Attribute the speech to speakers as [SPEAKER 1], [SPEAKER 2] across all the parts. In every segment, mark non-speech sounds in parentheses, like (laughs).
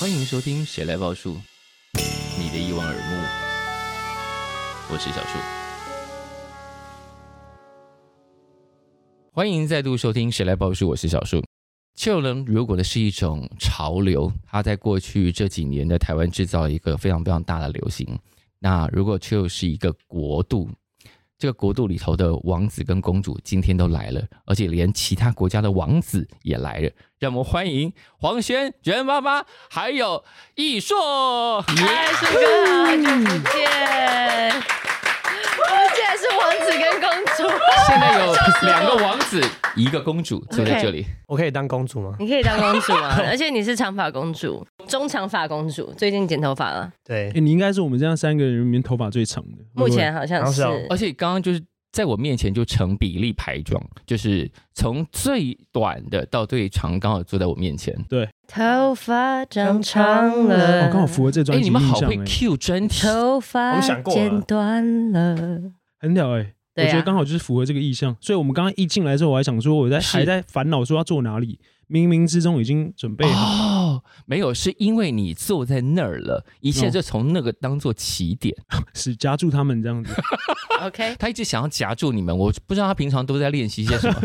[SPEAKER 1] 欢迎收听《谁来报数》，你的一望而目，我是小树。欢迎再度收听《谁来报数》，我是小树。Chill 呢，如果的是一种潮流，它在过去这几年在台湾制造了一个非常非常大的流行。那如果 Chill 是一个国度，这个国度里头的王子跟公主今天都来了，而且连其他国家的王子也来了，让我们欢迎黄轩、袁妈妈，还有易硕。
[SPEAKER 2] 嗨，哎树哥，好久不见！我们竟然是王子跟公主，
[SPEAKER 1] 现在有两个王子，一个公主坐在这里。
[SPEAKER 3] 我可以当公主吗？
[SPEAKER 2] 你可以当公主 (laughs) 啊，而且你是长发公主，中长发公主，最近剪头发了，
[SPEAKER 3] 对
[SPEAKER 4] 哎、，你应该是我们这样三个人里面头发最长的。
[SPEAKER 2] 目前好像是
[SPEAKER 3] 好像
[SPEAKER 1] 而且刚刚就是哦在我面前就成比例排装，就是从最短的到最长，刚好坐在我面前。
[SPEAKER 2] 头发长长
[SPEAKER 4] 我、
[SPEAKER 2] 了
[SPEAKER 4] 哦、刚，好符合这
[SPEAKER 1] 哎、
[SPEAKER 4] 专辑
[SPEAKER 1] 你
[SPEAKER 4] 印
[SPEAKER 1] 们好
[SPEAKER 4] 象、
[SPEAKER 1] 会
[SPEAKER 4] 哎，
[SPEAKER 1] Q 专题，
[SPEAKER 2] 头发
[SPEAKER 3] 们想过了
[SPEAKER 2] 剪短了，
[SPEAKER 4] 很屌哎、
[SPEAKER 2] 对啊
[SPEAKER 4] 我觉得刚好就是符合这个意向，所以我们刚刚一进来之后，我还想说我在
[SPEAKER 1] 是
[SPEAKER 4] 还在烦恼说要坐哪里，冥冥之中已经准备好。
[SPEAKER 1] 哦，没有，是因为你坐在那儿了，一切
[SPEAKER 4] 哦
[SPEAKER 1] 就从那个当做起点。
[SPEAKER 4] 是夹住他们这样子。
[SPEAKER 2] OK，
[SPEAKER 1] 他一直想要夹住你们，我不知道他平常都在练习些什
[SPEAKER 2] (laughs)
[SPEAKER 1] 么。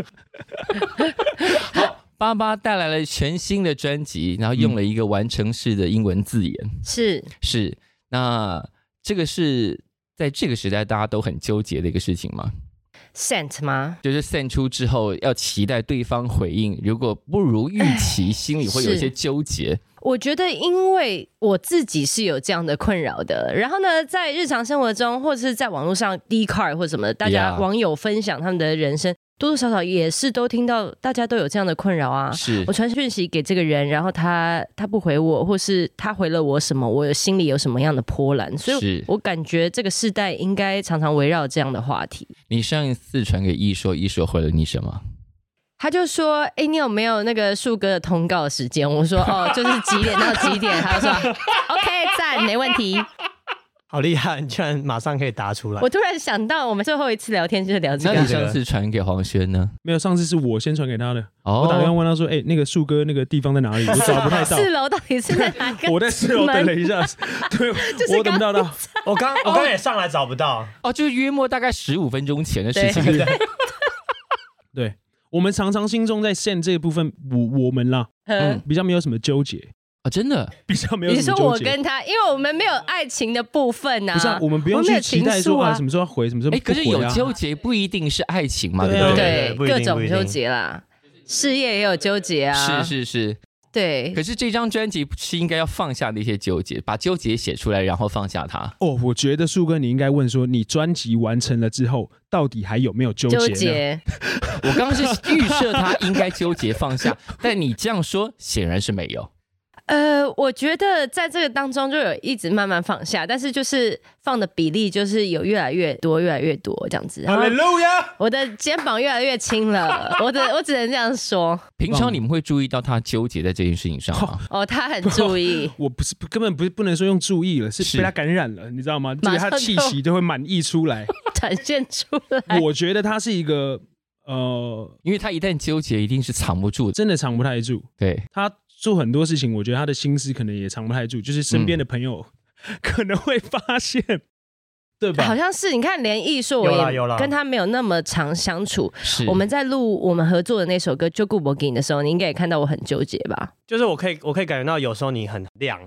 [SPEAKER 1] 好，爸爸带来了全新的专辑，然后用了一个完成式的英文字眼。
[SPEAKER 2] 是
[SPEAKER 1] 是，那这个是在这个时代大家都很纠结的一个事情嘛，
[SPEAKER 2] Scent 吗？
[SPEAKER 1] 就是散出之后要期待对方回应，如果不如预期，心里会有一些
[SPEAKER 2] 是
[SPEAKER 1] 纠结。
[SPEAKER 2] 我觉得，因为我自己是有这样的困扰的。然后呢，在日常生活中，或者是在网络上 d c a r 或什么的，大家
[SPEAKER 1] Yeah
[SPEAKER 2] 网友分享他们的人生，多多少少也是都听到大家都有这样的困扰啊。
[SPEAKER 1] 是
[SPEAKER 2] 我，传讯息给这个人，然后他他不回我，或是他回了我什么，我心里有什么样的波澜，所以
[SPEAKER 1] 是
[SPEAKER 2] 我感觉这个世代应该常常围绕这样的话题。
[SPEAKER 1] 你上一次传给一说，一说回了你什么？
[SPEAKER 2] 他就说：“哎、你有没有那个树哥的通告时间？”我说：“哦，就是几点到几点。”他就说：“OK，赞，没问题。”
[SPEAKER 3] 好厉害，你居然马上可以答出来
[SPEAKER 2] 我。突然想到，我们最后一次聊天就是聊这
[SPEAKER 1] 那你
[SPEAKER 2] 个。
[SPEAKER 1] 上次传给黄轩呢？
[SPEAKER 4] 没有，上次是我先传给他的，我打电话
[SPEAKER 1] 哦，
[SPEAKER 4] 问他说：“哎、那个树哥那个地方在哪里？我找不太到。”
[SPEAKER 2] 四楼到底是在哪个
[SPEAKER 4] 我在四楼等了一下，对，
[SPEAKER 2] 是
[SPEAKER 4] 我等不到他。
[SPEAKER 3] 我刚我刚也上来找不到，
[SPEAKER 1] 哦，就是约莫大概十五分钟前的事情。
[SPEAKER 4] (laughs) 对，我们常常心中在线这部分，我我们啦，
[SPEAKER 2] 门。
[SPEAKER 1] 嗯
[SPEAKER 4] 比较没有什么纠结，
[SPEAKER 1] 啊，真的，
[SPEAKER 4] 比较没有
[SPEAKER 2] 呃你
[SPEAKER 4] 什
[SPEAKER 2] 说
[SPEAKER 4] 么
[SPEAKER 2] 我
[SPEAKER 4] 纠结。
[SPEAKER 2] 跟他，因为我们没有爱情的部分呐、
[SPEAKER 4] 不是、啊，我们不用
[SPEAKER 2] 我们
[SPEAKER 4] 去
[SPEAKER 2] 有
[SPEAKER 4] 期待
[SPEAKER 2] 情愫
[SPEAKER 4] 说
[SPEAKER 2] 啊
[SPEAKER 4] 啊什么时候回，什么时候不
[SPEAKER 1] 哎，
[SPEAKER 4] 回、啊。
[SPEAKER 1] 可是有纠结不一定是爱情嘛，
[SPEAKER 4] 对
[SPEAKER 1] 对
[SPEAKER 4] 啊
[SPEAKER 1] 不对？
[SPEAKER 2] 对
[SPEAKER 3] 不一定
[SPEAKER 2] 各
[SPEAKER 3] 不
[SPEAKER 2] 种
[SPEAKER 3] 一定
[SPEAKER 2] 纠结啦，事业也有纠结啊，
[SPEAKER 1] 是是是，
[SPEAKER 2] 对
[SPEAKER 1] 可。是这张专辑是应该要放下的一些纠结，把纠结写出来，然后放下它。
[SPEAKER 4] 哦，我觉得树哥，你应该问说，你专辑完成了之后，到底还有没有纠结呢？
[SPEAKER 2] 纠结，
[SPEAKER 1] 我刚刚是预设他应该纠结放
[SPEAKER 4] (laughs)
[SPEAKER 1] 下，但你这样说显然是没有。
[SPEAKER 2] 呃，我觉得在这个当中就有一直慢慢放下，但是就是放的比例就是有越来越多，越来越多这样子。然
[SPEAKER 3] 哈
[SPEAKER 2] 后
[SPEAKER 3] 利路亚！
[SPEAKER 2] 我的肩膀越来越轻了，我的我只能这样说。
[SPEAKER 1] 平常你们会注意到他纠结在这件事情上
[SPEAKER 4] (laughs)
[SPEAKER 1] 吗？
[SPEAKER 2] 哦，他很注意，
[SPEAKER 4] 我不是不根本不是不能说用注意了，
[SPEAKER 1] 是
[SPEAKER 4] 是被他感染了，你知道吗？就
[SPEAKER 2] 马
[SPEAKER 4] 是
[SPEAKER 2] 上
[SPEAKER 4] 他
[SPEAKER 2] 就
[SPEAKER 4] 气息就会满溢出
[SPEAKER 2] (laughs)
[SPEAKER 4] 来。
[SPEAKER 2] 展现出来。
[SPEAKER 4] 我觉得他是一个呃，
[SPEAKER 1] 因为他一旦纠结，一定是藏不住的。
[SPEAKER 4] 真的藏不太住。
[SPEAKER 1] 对，
[SPEAKER 4] 他做很多事情，我觉得他的心思可能也藏不太住，就是身边的朋友 (laughs) 可能会发现，对
[SPEAKER 2] 嗯好
[SPEAKER 4] 吧？
[SPEAKER 2] 像是你看，连艺硕我
[SPEAKER 3] 有啦
[SPEAKER 2] 也
[SPEAKER 3] 有啦
[SPEAKER 2] 跟他没有那么常相处。
[SPEAKER 1] 是
[SPEAKER 2] 我们在录我们合作的那首歌《就顾不给你》的时候，你应该也看到我很纠结吧？
[SPEAKER 3] 就是我可以我可以感觉到，有时候你很亮，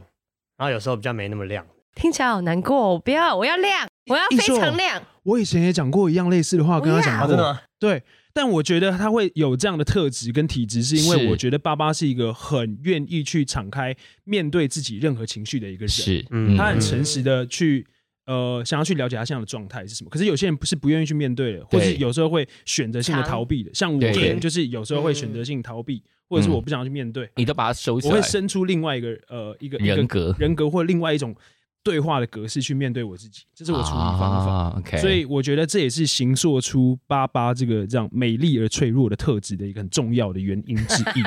[SPEAKER 3] 然后有时候比较没那么亮。
[SPEAKER 2] 听起来好难过、哦，我不要，我要亮，我要非
[SPEAKER 4] 艺硕
[SPEAKER 2] 常亮。我
[SPEAKER 4] 我以前也讲过一样类啊似的话，跟他讲
[SPEAKER 2] 不
[SPEAKER 4] 过。
[SPEAKER 3] 吗？
[SPEAKER 4] 对，但我觉得他会有这样的特质跟体质，是因
[SPEAKER 1] 是
[SPEAKER 4] 为我觉得爸爸是一个很愿意去敞开面对自己任何情绪的一个人，
[SPEAKER 1] 是，
[SPEAKER 3] 嗯
[SPEAKER 4] 他很
[SPEAKER 3] 嗯
[SPEAKER 4] 诚实的去。呃，想要去了解他现在的状态是什么？可是有些人不是不愿意去面对的，或
[SPEAKER 1] 对
[SPEAKER 4] 是有时候会选择性的
[SPEAKER 2] 藏
[SPEAKER 4] 逃避的。像我
[SPEAKER 1] 对
[SPEAKER 4] 可能
[SPEAKER 3] 对
[SPEAKER 4] 就是有时候会选择性逃避，或者是我不想要去面对，
[SPEAKER 1] 你都把它收起
[SPEAKER 4] 我
[SPEAKER 1] 来
[SPEAKER 4] 会。生出另外一个呃一个一
[SPEAKER 1] 嗯人
[SPEAKER 4] 个
[SPEAKER 1] 格
[SPEAKER 4] 人格或另外一种对话的格式去面对我自己，这是我处理方法。
[SPEAKER 1] 啊、OK，
[SPEAKER 4] 所以我觉得这也是形
[SPEAKER 1] (laughs)
[SPEAKER 4] 塑出巴巴这个这样美丽而脆弱的特质的一个很重要的原因之一。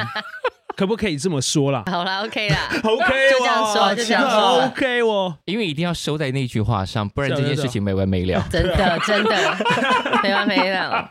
[SPEAKER 4] 可不可以这么说啦
[SPEAKER 2] 好啦 o、k 啦，
[SPEAKER 4] ？OK，
[SPEAKER 2] (laughs) 就这样说
[SPEAKER 4] 哇
[SPEAKER 2] 就这样说
[SPEAKER 4] OK 哦，
[SPEAKER 1] 因为一定要收在那句话上，不然这件事情没完没
[SPEAKER 3] (laughs)
[SPEAKER 1] 了。
[SPEAKER 2] 真的真的没完没了。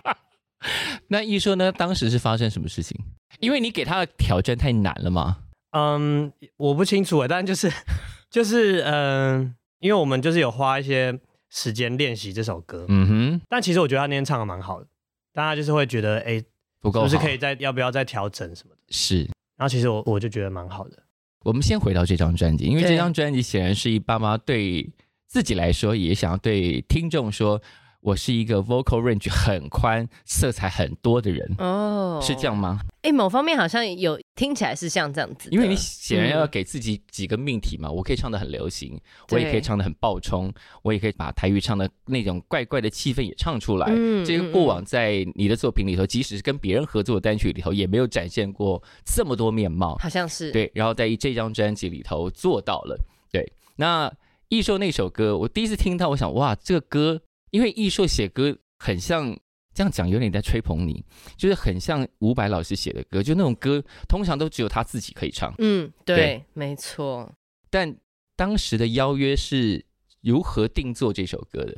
[SPEAKER 1] 那一说呢，当时是发生什么事情？因为你给他的挑战太难了嘛。
[SPEAKER 3] 嗯，我不清楚，但就是 (laughs) 就是嗯、因为我们就是有花一些时间练习这首歌，
[SPEAKER 1] 嗯哼，
[SPEAKER 3] 但其实我觉得他那天唱的蛮好的，大家就是会觉得哎，
[SPEAKER 1] 不够
[SPEAKER 3] 是不
[SPEAKER 1] 好。
[SPEAKER 3] 是可以再要不要再调整什么的？
[SPEAKER 1] 是
[SPEAKER 3] 然后其实我我就觉得蛮好的，
[SPEAKER 1] 我们先回到这张专辑，因为
[SPEAKER 2] 对
[SPEAKER 1] 这张专辑显然是以爸妈对自己来说，也想要对听众说，我是一个 vocal range 很宽、色彩很多的人，
[SPEAKER 2] 哦，
[SPEAKER 1] 是这样。吗？
[SPEAKER 2] 哎、某方面好像有听起来是像这样子的，嗯
[SPEAKER 1] 因为你显然要给自己几个命题嘛，我可以唱的很流行，我
[SPEAKER 2] 对
[SPEAKER 1] 也可以唱的很爆冲，我也可以把台语唱的那种怪怪的气氛也唱出来。
[SPEAKER 2] 嗯
[SPEAKER 1] 这个过往在你的作品里头，即使是跟别人合作的单曲里头，也没有展现过这么多面貌。
[SPEAKER 2] 好像是，
[SPEAKER 1] 对，然后在这张专辑里头做到了。对，那易硕那首歌，我第一次听到，我想哇，这个歌，因为易硕写歌很像。这样讲有点在吹捧你，就是很像伍佰老师写的歌，就那种歌通常都只有他自己可以唱。
[SPEAKER 2] 嗯，对，
[SPEAKER 1] 对
[SPEAKER 2] 没错。
[SPEAKER 1] 但当时的邀约是如何定做这首歌的？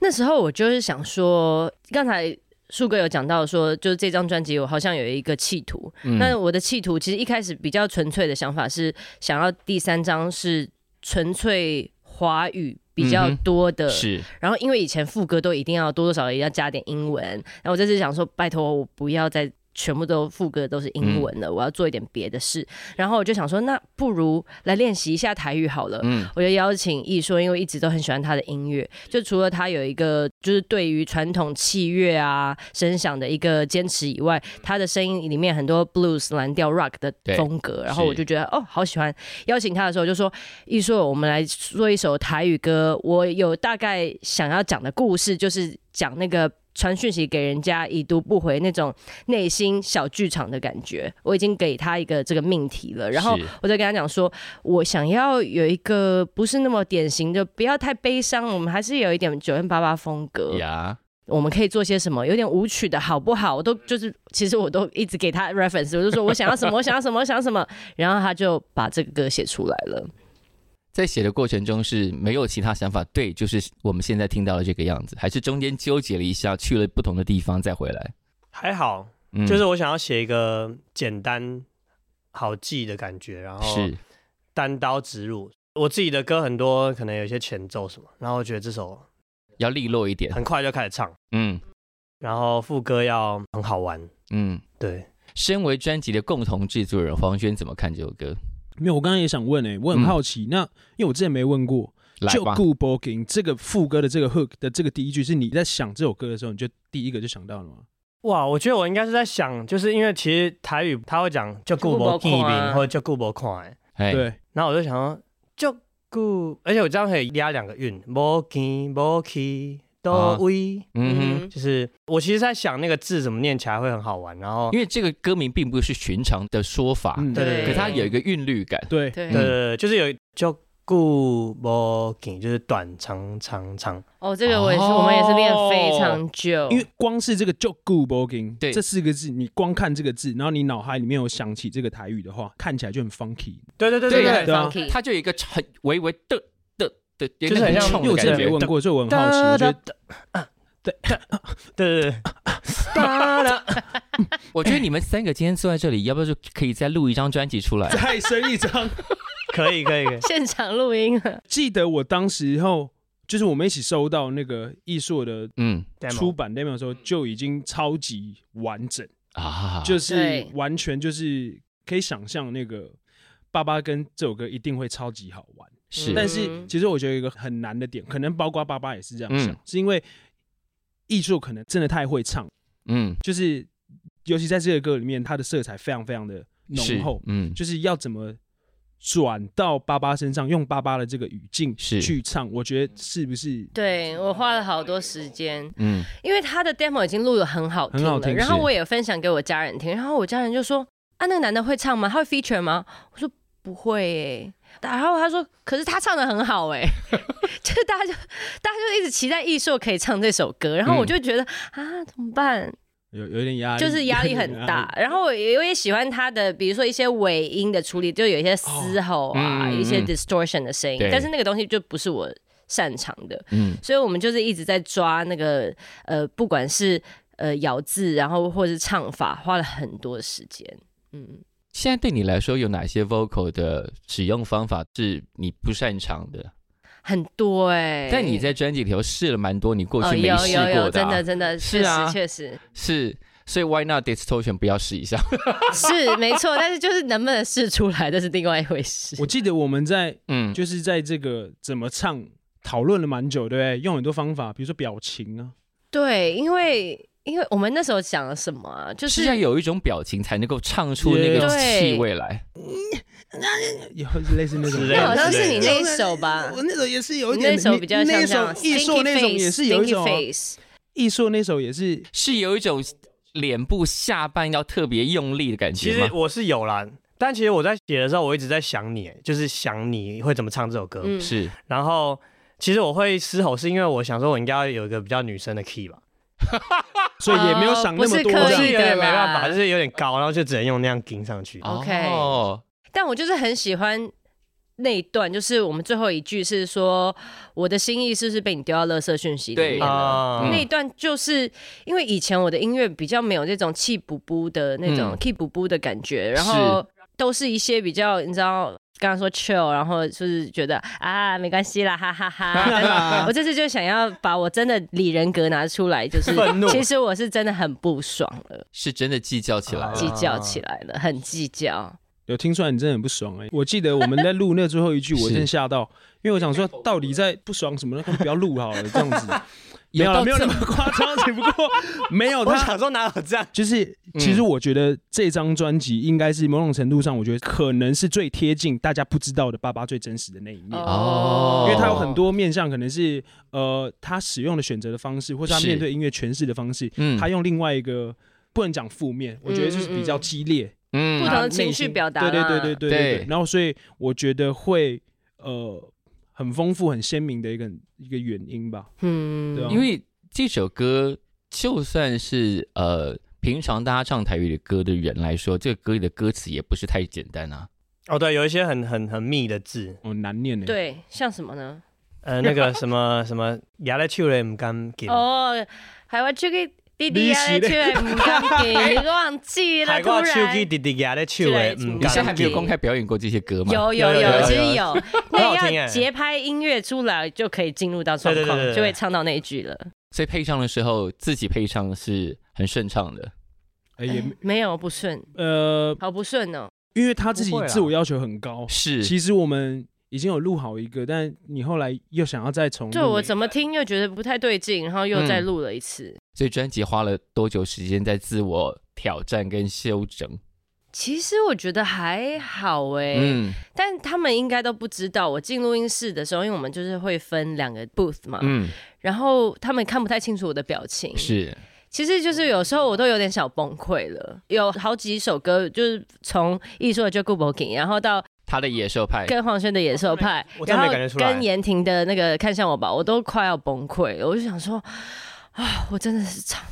[SPEAKER 2] 那时候我就是想说，刚才树哥有讲到说，就是这张专辑我好像有一个企图。
[SPEAKER 1] 嗯
[SPEAKER 2] 那我的企图其实一开始比较纯粹的想法是，想要第三张是纯粹华语比较
[SPEAKER 1] 嗯哼
[SPEAKER 2] 多的，
[SPEAKER 1] 是
[SPEAKER 2] 然后因为以前副歌都一定要多多少少也要加点英文，然后我这次想说，拜托我不要再全部都副歌都是英文
[SPEAKER 1] 嗯
[SPEAKER 2] 了，我要做一点别的事。然后我就想说，那不如来练习一下台语好了。
[SPEAKER 1] 嗯
[SPEAKER 2] 我就邀请艺硕，因为一直都很喜欢他的音乐。就除了他有一个就是对于传统器乐啊声响的一个坚持以外，他的声音里面很多 blues 蓝调 rock 的
[SPEAKER 1] 对
[SPEAKER 2] 风格，然后
[SPEAKER 1] 是
[SPEAKER 2] 我就觉得哦，好喜欢。邀请他的时候就说，艺硕，我们来做一首台语歌。我有大概想要讲的故事，就是讲那个。传讯息给人家已读不回那种内心小剧场的感觉，我已经给他一个这个命题了，然后
[SPEAKER 1] 是
[SPEAKER 2] 我就跟他讲说，我想要有一个不是那么典型的，不要太悲伤，我们还是有一点九零八八风格。
[SPEAKER 1] 呀，
[SPEAKER 2] 我们可以做些什么？有点舞曲的好不好？我都就是，其实我都一直给他 reference，我就说我想要什么，我想要什么，我想要什么，然后他就把这个歌写出来了。
[SPEAKER 1] 在写的过程中是没有其他想法，对，就是我们现在听到的这个样子，还是中间纠结了一下，去了不同的地方再回来。
[SPEAKER 3] 还好，
[SPEAKER 1] 嗯
[SPEAKER 3] 就是我想要写一个简单好记的感觉，然后
[SPEAKER 1] 是
[SPEAKER 3] 单刀直入。我自己的歌很多，可能有一些前奏什么，然后我觉得这首
[SPEAKER 1] 要利落一点，
[SPEAKER 3] 很快就开始唱，
[SPEAKER 1] 嗯
[SPEAKER 3] 然后副歌要很好玩，
[SPEAKER 1] 嗯。
[SPEAKER 3] 对，
[SPEAKER 1] 身为专辑的共同制作人，黄轩怎么看这首歌？
[SPEAKER 4] 没有，我刚刚也想问诶、我很
[SPEAKER 1] 嗯
[SPEAKER 4] 好奇，那因为我之前没问过，
[SPEAKER 1] 来
[SPEAKER 4] 就
[SPEAKER 1] 吧，
[SPEAKER 4] Good b o g i n g 这个副歌的这个 hook 的这个第一句，是你在想这首歌的时候，你就第一个就想到了吗？
[SPEAKER 3] 哇，我觉得我应该是在想，就是因为其实台语他会讲叫顾博
[SPEAKER 2] 顾
[SPEAKER 3] 见
[SPEAKER 2] 不看啊
[SPEAKER 3] 面或者叫顾博看，啊
[SPEAKER 1] 哎，
[SPEAKER 4] 对，
[SPEAKER 3] 然后我就想说就顾，而且我这样可以压两个韵，无见无去
[SPEAKER 1] 啊
[SPEAKER 3] 都位，
[SPEAKER 1] 嗯哼，
[SPEAKER 3] 就是我其实在想那个字怎么念起来会很好玩，然后
[SPEAKER 1] 因为这个歌名并不是寻常的说法，
[SPEAKER 4] 嗯，
[SPEAKER 3] 对对
[SPEAKER 1] 可它有一个韵律感，
[SPEAKER 4] 对，
[SPEAKER 2] 对
[SPEAKER 1] 嗯
[SPEAKER 3] 对对对，就是有就顾无见，就是短长长长，
[SPEAKER 2] 哦，这个我也是，我们也是练非常久，
[SPEAKER 4] 哦因为光是这个就 Good b o g i n g
[SPEAKER 1] 对
[SPEAKER 4] 这四个字，你光看这个字，然后你脑海里面有想起这个台语的话，看起来就很 funky。
[SPEAKER 3] 对对对
[SPEAKER 1] 对
[SPEAKER 3] 对
[SPEAKER 2] 很
[SPEAKER 4] 对啊
[SPEAKER 2] funky。
[SPEAKER 1] 它就有一个很微微的的的，
[SPEAKER 3] 就是很像
[SPEAKER 1] 冲
[SPEAKER 4] 因为我
[SPEAKER 1] 的
[SPEAKER 4] 之前
[SPEAKER 1] 感
[SPEAKER 4] 没
[SPEAKER 1] 觉
[SPEAKER 4] 问。过，所以我很好奇，
[SPEAKER 3] (laughs)
[SPEAKER 4] 我觉得
[SPEAKER 3] 对对
[SPEAKER 1] 哒啦我觉得你们三个今天坐在这里，要不要就可以再录一张专辑出来？
[SPEAKER 4] (laughs) 再生一张。
[SPEAKER 3] (laughs) 可以
[SPEAKER 1] (laughs)
[SPEAKER 3] 可以可以，
[SPEAKER 2] 现场录音啊，
[SPEAKER 4] 记得我当时候就是我们一起收到那个艺硕的
[SPEAKER 1] 嗯
[SPEAKER 4] 出版 demo 的时候，就已经超级完整，
[SPEAKER 1] 啊，
[SPEAKER 4] 就是
[SPEAKER 2] 对
[SPEAKER 4] 完全就是可以想象那个爸爸跟这首歌一定会超级好玩。
[SPEAKER 1] 是
[SPEAKER 4] 但
[SPEAKER 2] 嗯
[SPEAKER 4] 是其实我觉得有一个很难的点，可能包括爸爸也是这样想，
[SPEAKER 1] 嗯
[SPEAKER 4] 是因为艺硕可能真的太会唱，
[SPEAKER 1] 嗯
[SPEAKER 4] 就是尤其在这个歌里面，它的色彩非常非常的
[SPEAKER 1] 是
[SPEAKER 4] 浓厚，
[SPEAKER 1] 嗯
[SPEAKER 4] 就是要怎么转到爸爸身上，用爸爸的这个语境
[SPEAKER 1] 是
[SPEAKER 4] 去唱，我觉得是不是？
[SPEAKER 2] 对我花了好多时间，
[SPEAKER 1] 嗯
[SPEAKER 2] 因为他的 demo 已经录的很好听了，
[SPEAKER 4] 很好听
[SPEAKER 2] 然后
[SPEAKER 1] 是
[SPEAKER 2] 我也分享给我家人听，然后我家人就说：“啊，那个男的会唱吗？他会 feature 吗？”我说：“不会耶。”然后他说：“可是他唱的很好哎， (laughs) 就是
[SPEAKER 1] 嗯
[SPEAKER 2] 大家就大家就一直期待艺硕可以唱这首歌，然后我就觉得、啊怎么办？
[SPEAKER 4] 有有一点压力，
[SPEAKER 2] 就
[SPEAKER 1] (laughs)
[SPEAKER 2] 是压力
[SPEAKER 4] (laughs) 有
[SPEAKER 2] 很
[SPEAKER 1] 啊
[SPEAKER 4] 点
[SPEAKER 2] 大。然后我也我也喜欢他的，比如说一些尾音的处理，就有一些嘶吼啊，
[SPEAKER 1] 哦嗯
[SPEAKER 2] 一些
[SPEAKER 1] 嗯嗯
[SPEAKER 2] distortion 的声音
[SPEAKER 1] 对，
[SPEAKER 2] 但是那个东西就不是我擅长的，
[SPEAKER 1] 嗯，
[SPEAKER 2] 所以我们就是一直在抓那个呃，不管是呃咬字，然后或是唱法，花了很多的时间。嗯，
[SPEAKER 1] 现在对你来说有哪些 vocal 的使用方法是你不擅长的？
[SPEAKER 2] 很多哎、
[SPEAKER 1] 但你在专辑里头试了蛮多你过
[SPEAKER 2] 哦
[SPEAKER 1] 去没
[SPEAKER 2] 有
[SPEAKER 1] 试
[SPEAKER 2] 有有
[SPEAKER 1] 过
[SPEAKER 2] 真
[SPEAKER 1] 啊
[SPEAKER 2] 的真的
[SPEAKER 1] 是
[SPEAKER 2] 确
[SPEAKER 1] 啊
[SPEAKER 2] 实确实
[SPEAKER 1] 是，所以 why not distortion 不要试一下？
[SPEAKER 2] 是没错，但是就是能不能试出来，这是另外一回事。
[SPEAKER 4] 我记得我们在
[SPEAKER 1] 嗯，
[SPEAKER 4] 就是在这个怎么唱讨论了蛮久，对不对？用很多方法，比如说表情啊，
[SPEAKER 2] 对，因为因为我们那时候讲了什么啊，就是是
[SPEAKER 1] 要有一种表情才能够唱出那个
[SPEAKER 2] 对
[SPEAKER 1] 气味来。
[SPEAKER 4] 也会类似那种
[SPEAKER 3] 之。类
[SPEAKER 2] 那
[SPEAKER 3] 的
[SPEAKER 2] 好像是你
[SPEAKER 3] 之
[SPEAKER 2] 那一首吧？
[SPEAKER 4] 我那首也是有一
[SPEAKER 2] 你
[SPEAKER 4] 点，
[SPEAKER 2] 那首比较像
[SPEAKER 4] 那
[SPEAKER 2] 这样
[SPEAKER 4] 首艺术
[SPEAKER 2] Stinky
[SPEAKER 4] 那种
[SPEAKER 2] Face，
[SPEAKER 4] 也是有一
[SPEAKER 2] Stinky
[SPEAKER 4] 种啊
[SPEAKER 2] face，
[SPEAKER 4] 艺术那首也是
[SPEAKER 1] 是有一种脸部下半要特别用力的感
[SPEAKER 3] 其
[SPEAKER 1] 觉
[SPEAKER 3] 实
[SPEAKER 1] 吗？
[SPEAKER 3] 我是有啦，但其实我在写的时候，我一直在想你，就是想你会怎么唱这首歌。
[SPEAKER 2] 嗯，
[SPEAKER 1] 是，
[SPEAKER 3] 然后其实我会嘶吼，是因为我想说我应该要有一个比较女生的 key 吧，
[SPEAKER 4] 所以也没有想那么多
[SPEAKER 2] 哦不
[SPEAKER 3] 我
[SPEAKER 2] 是刻
[SPEAKER 3] 是
[SPEAKER 2] 意
[SPEAKER 3] 有
[SPEAKER 2] 的啦
[SPEAKER 3] 点没办法，就是有点高，然后就只能用那样顶上去。
[SPEAKER 2] OK
[SPEAKER 1] 哦，
[SPEAKER 2] 但我就是很喜欢那一段，就是我们最后一句是说我的心意是不是被你丢到垃圾讯息里
[SPEAKER 1] 对嗯
[SPEAKER 2] 面了？
[SPEAKER 3] 啊
[SPEAKER 2] 那一段就是因为以前我的音乐比较没有这种气补补的那种
[SPEAKER 1] 嗯
[SPEAKER 2] 气补补的感觉，然后都是一些比较你知道。刚刚说 chill，然后就是觉得啊没关系啦，哈哈哈但 (laughs) 是我这次就想要把我真的李人格拿出来，就是
[SPEAKER 3] 愤怒
[SPEAKER 2] 其实我是真的很不爽了，
[SPEAKER 1] 是真的计较起来
[SPEAKER 3] 啊
[SPEAKER 1] 了。
[SPEAKER 2] 计较起来了，很计较。
[SPEAKER 4] 有听出来你真的很不爽哎、 (laughs) 我记得我们在录那最后一句，
[SPEAKER 1] 是
[SPEAKER 4] 我真吓到，因为我想说到底在不爽什么呢？不要录好了，这样 (laughs) 子没
[SPEAKER 1] 有
[SPEAKER 4] 有啦
[SPEAKER 1] 到
[SPEAKER 4] 没有那
[SPEAKER 1] 这
[SPEAKER 4] 么夸张，只不过没有
[SPEAKER 3] 哦
[SPEAKER 4] 嗯
[SPEAKER 3] 我
[SPEAKER 4] 他
[SPEAKER 3] 想说哪有这样？
[SPEAKER 4] 就是，其实我觉得这张专辑应该是某种程度上，我觉得可能是最贴近大家不知道的爸爸最真实的那一面，
[SPEAKER 1] 哦
[SPEAKER 4] 因为他有很多面向，可能是呃他使用的选择的方式，或是他
[SPEAKER 1] 是
[SPEAKER 4] 面对音乐诠释的方式，
[SPEAKER 1] 嗯
[SPEAKER 4] 他用另外一个不能讲负面，我觉得就是比较激烈，
[SPEAKER 2] 不
[SPEAKER 1] 嗯
[SPEAKER 2] 同的
[SPEAKER 4] 他内
[SPEAKER 2] 情
[SPEAKER 4] 心
[SPEAKER 2] 绪表达啦
[SPEAKER 4] 对对对对对
[SPEAKER 1] 对
[SPEAKER 4] 对对。然后所以我觉得会呃很丰富、很鲜明的一个一个原因吧。
[SPEAKER 2] 嗯，
[SPEAKER 4] 对啊
[SPEAKER 1] 因为这首歌就算是呃平常大家唱台语的歌的人来说，这个歌里的歌词也不是太简单啊。
[SPEAKER 3] 哦，对，有一些很很很密的字，
[SPEAKER 4] 哦，难念呢。，
[SPEAKER 2] 对，像什么呢？
[SPEAKER 3] 呃，那个什么什么牙来去了不敢给，
[SPEAKER 2] 哦，海外去给弟弟
[SPEAKER 4] 你
[SPEAKER 2] 呀，
[SPEAKER 4] 是嘞
[SPEAKER 2] 去了唔敢给，忘记了，
[SPEAKER 3] (laughs) 海
[SPEAKER 2] 突
[SPEAKER 3] 挂手
[SPEAKER 2] 然
[SPEAKER 3] 机滴滴牙来去了不
[SPEAKER 1] 你
[SPEAKER 2] 你
[SPEAKER 1] 现在还
[SPEAKER 3] 敢
[SPEAKER 2] 还
[SPEAKER 1] 没
[SPEAKER 2] 没
[SPEAKER 1] 有
[SPEAKER 2] 有
[SPEAKER 1] 公
[SPEAKER 2] 公
[SPEAKER 1] 开表演过这些歌吗？
[SPEAKER 2] 有有
[SPEAKER 3] 有有
[SPEAKER 2] 有，
[SPEAKER 3] 有
[SPEAKER 2] 其实有，
[SPEAKER 3] 很好
[SPEAKER 2] 那
[SPEAKER 3] 听
[SPEAKER 2] 要
[SPEAKER 3] 哎
[SPEAKER 2] 节拍音乐出来就可以进入到状
[SPEAKER 3] 对对对
[SPEAKER 2] 况，
[SPEAKER 3] 对对
[SPEAKER 2] 就会唱到那一句了。
[SPEAKER 1] 所以配唱的时候自己配唱是很顺畅的。
[SPEAKER 4] 哎也
[SPEAKER 2] 没有不顺，
[SPEAKER 4] 呃，
[SPEAKER 2] 好不顺哦。
[SPEAKER 4] 因为他自己
[SPEAKER 3] 不会啦
[SPEAKER 4] 自我要求很高，
[SPEAKER 1] 是，
[SPEAKER 4] 其实我们已经有录好一个，但你后来又想要再
[SPEAKER 3] 嗯
[SPEAKER 4] 重录，哎
[SPEAKER 2] 就我怎么听又觉得不太对劲，然后又再录了一次。
[SPEAKER 1] 所以专辑花了多久时间在自我挑战跟修整？
[SPEAKER 2] 其实我觉得还好哎，
[SPEAKER 1] 嗯
[SPEAKER 2] 但他们应该都不知道。我进录音室的时候，因为我们就是会分两个 booth 嘛，
[SPEAKER 1] 嗯，
[SPEAKER 2] 然后他们看不太清楚我的表情，
[SPEAKER 1] 是
[SPEAKER 2] 其实就是有时候我都有点小崩溃了，有好几首歌就是从艺术的《就顾不给》，然后到
[SPEAKER 1] 他的野兽派。
[SPEAKER 2] 跟黄轩的《野兽派
[SPEAKER 3] 我》，真
[SPEAKER 2] 然
[SPEAKER 3] 的没
[SPEAKER 2] 后
[SPEAKER 3] 感觉出来
[SPEAKER 2] 跟言婷的那个《看向我吧》，我都快要崩溃了。我就想说，啊，我真的是唱，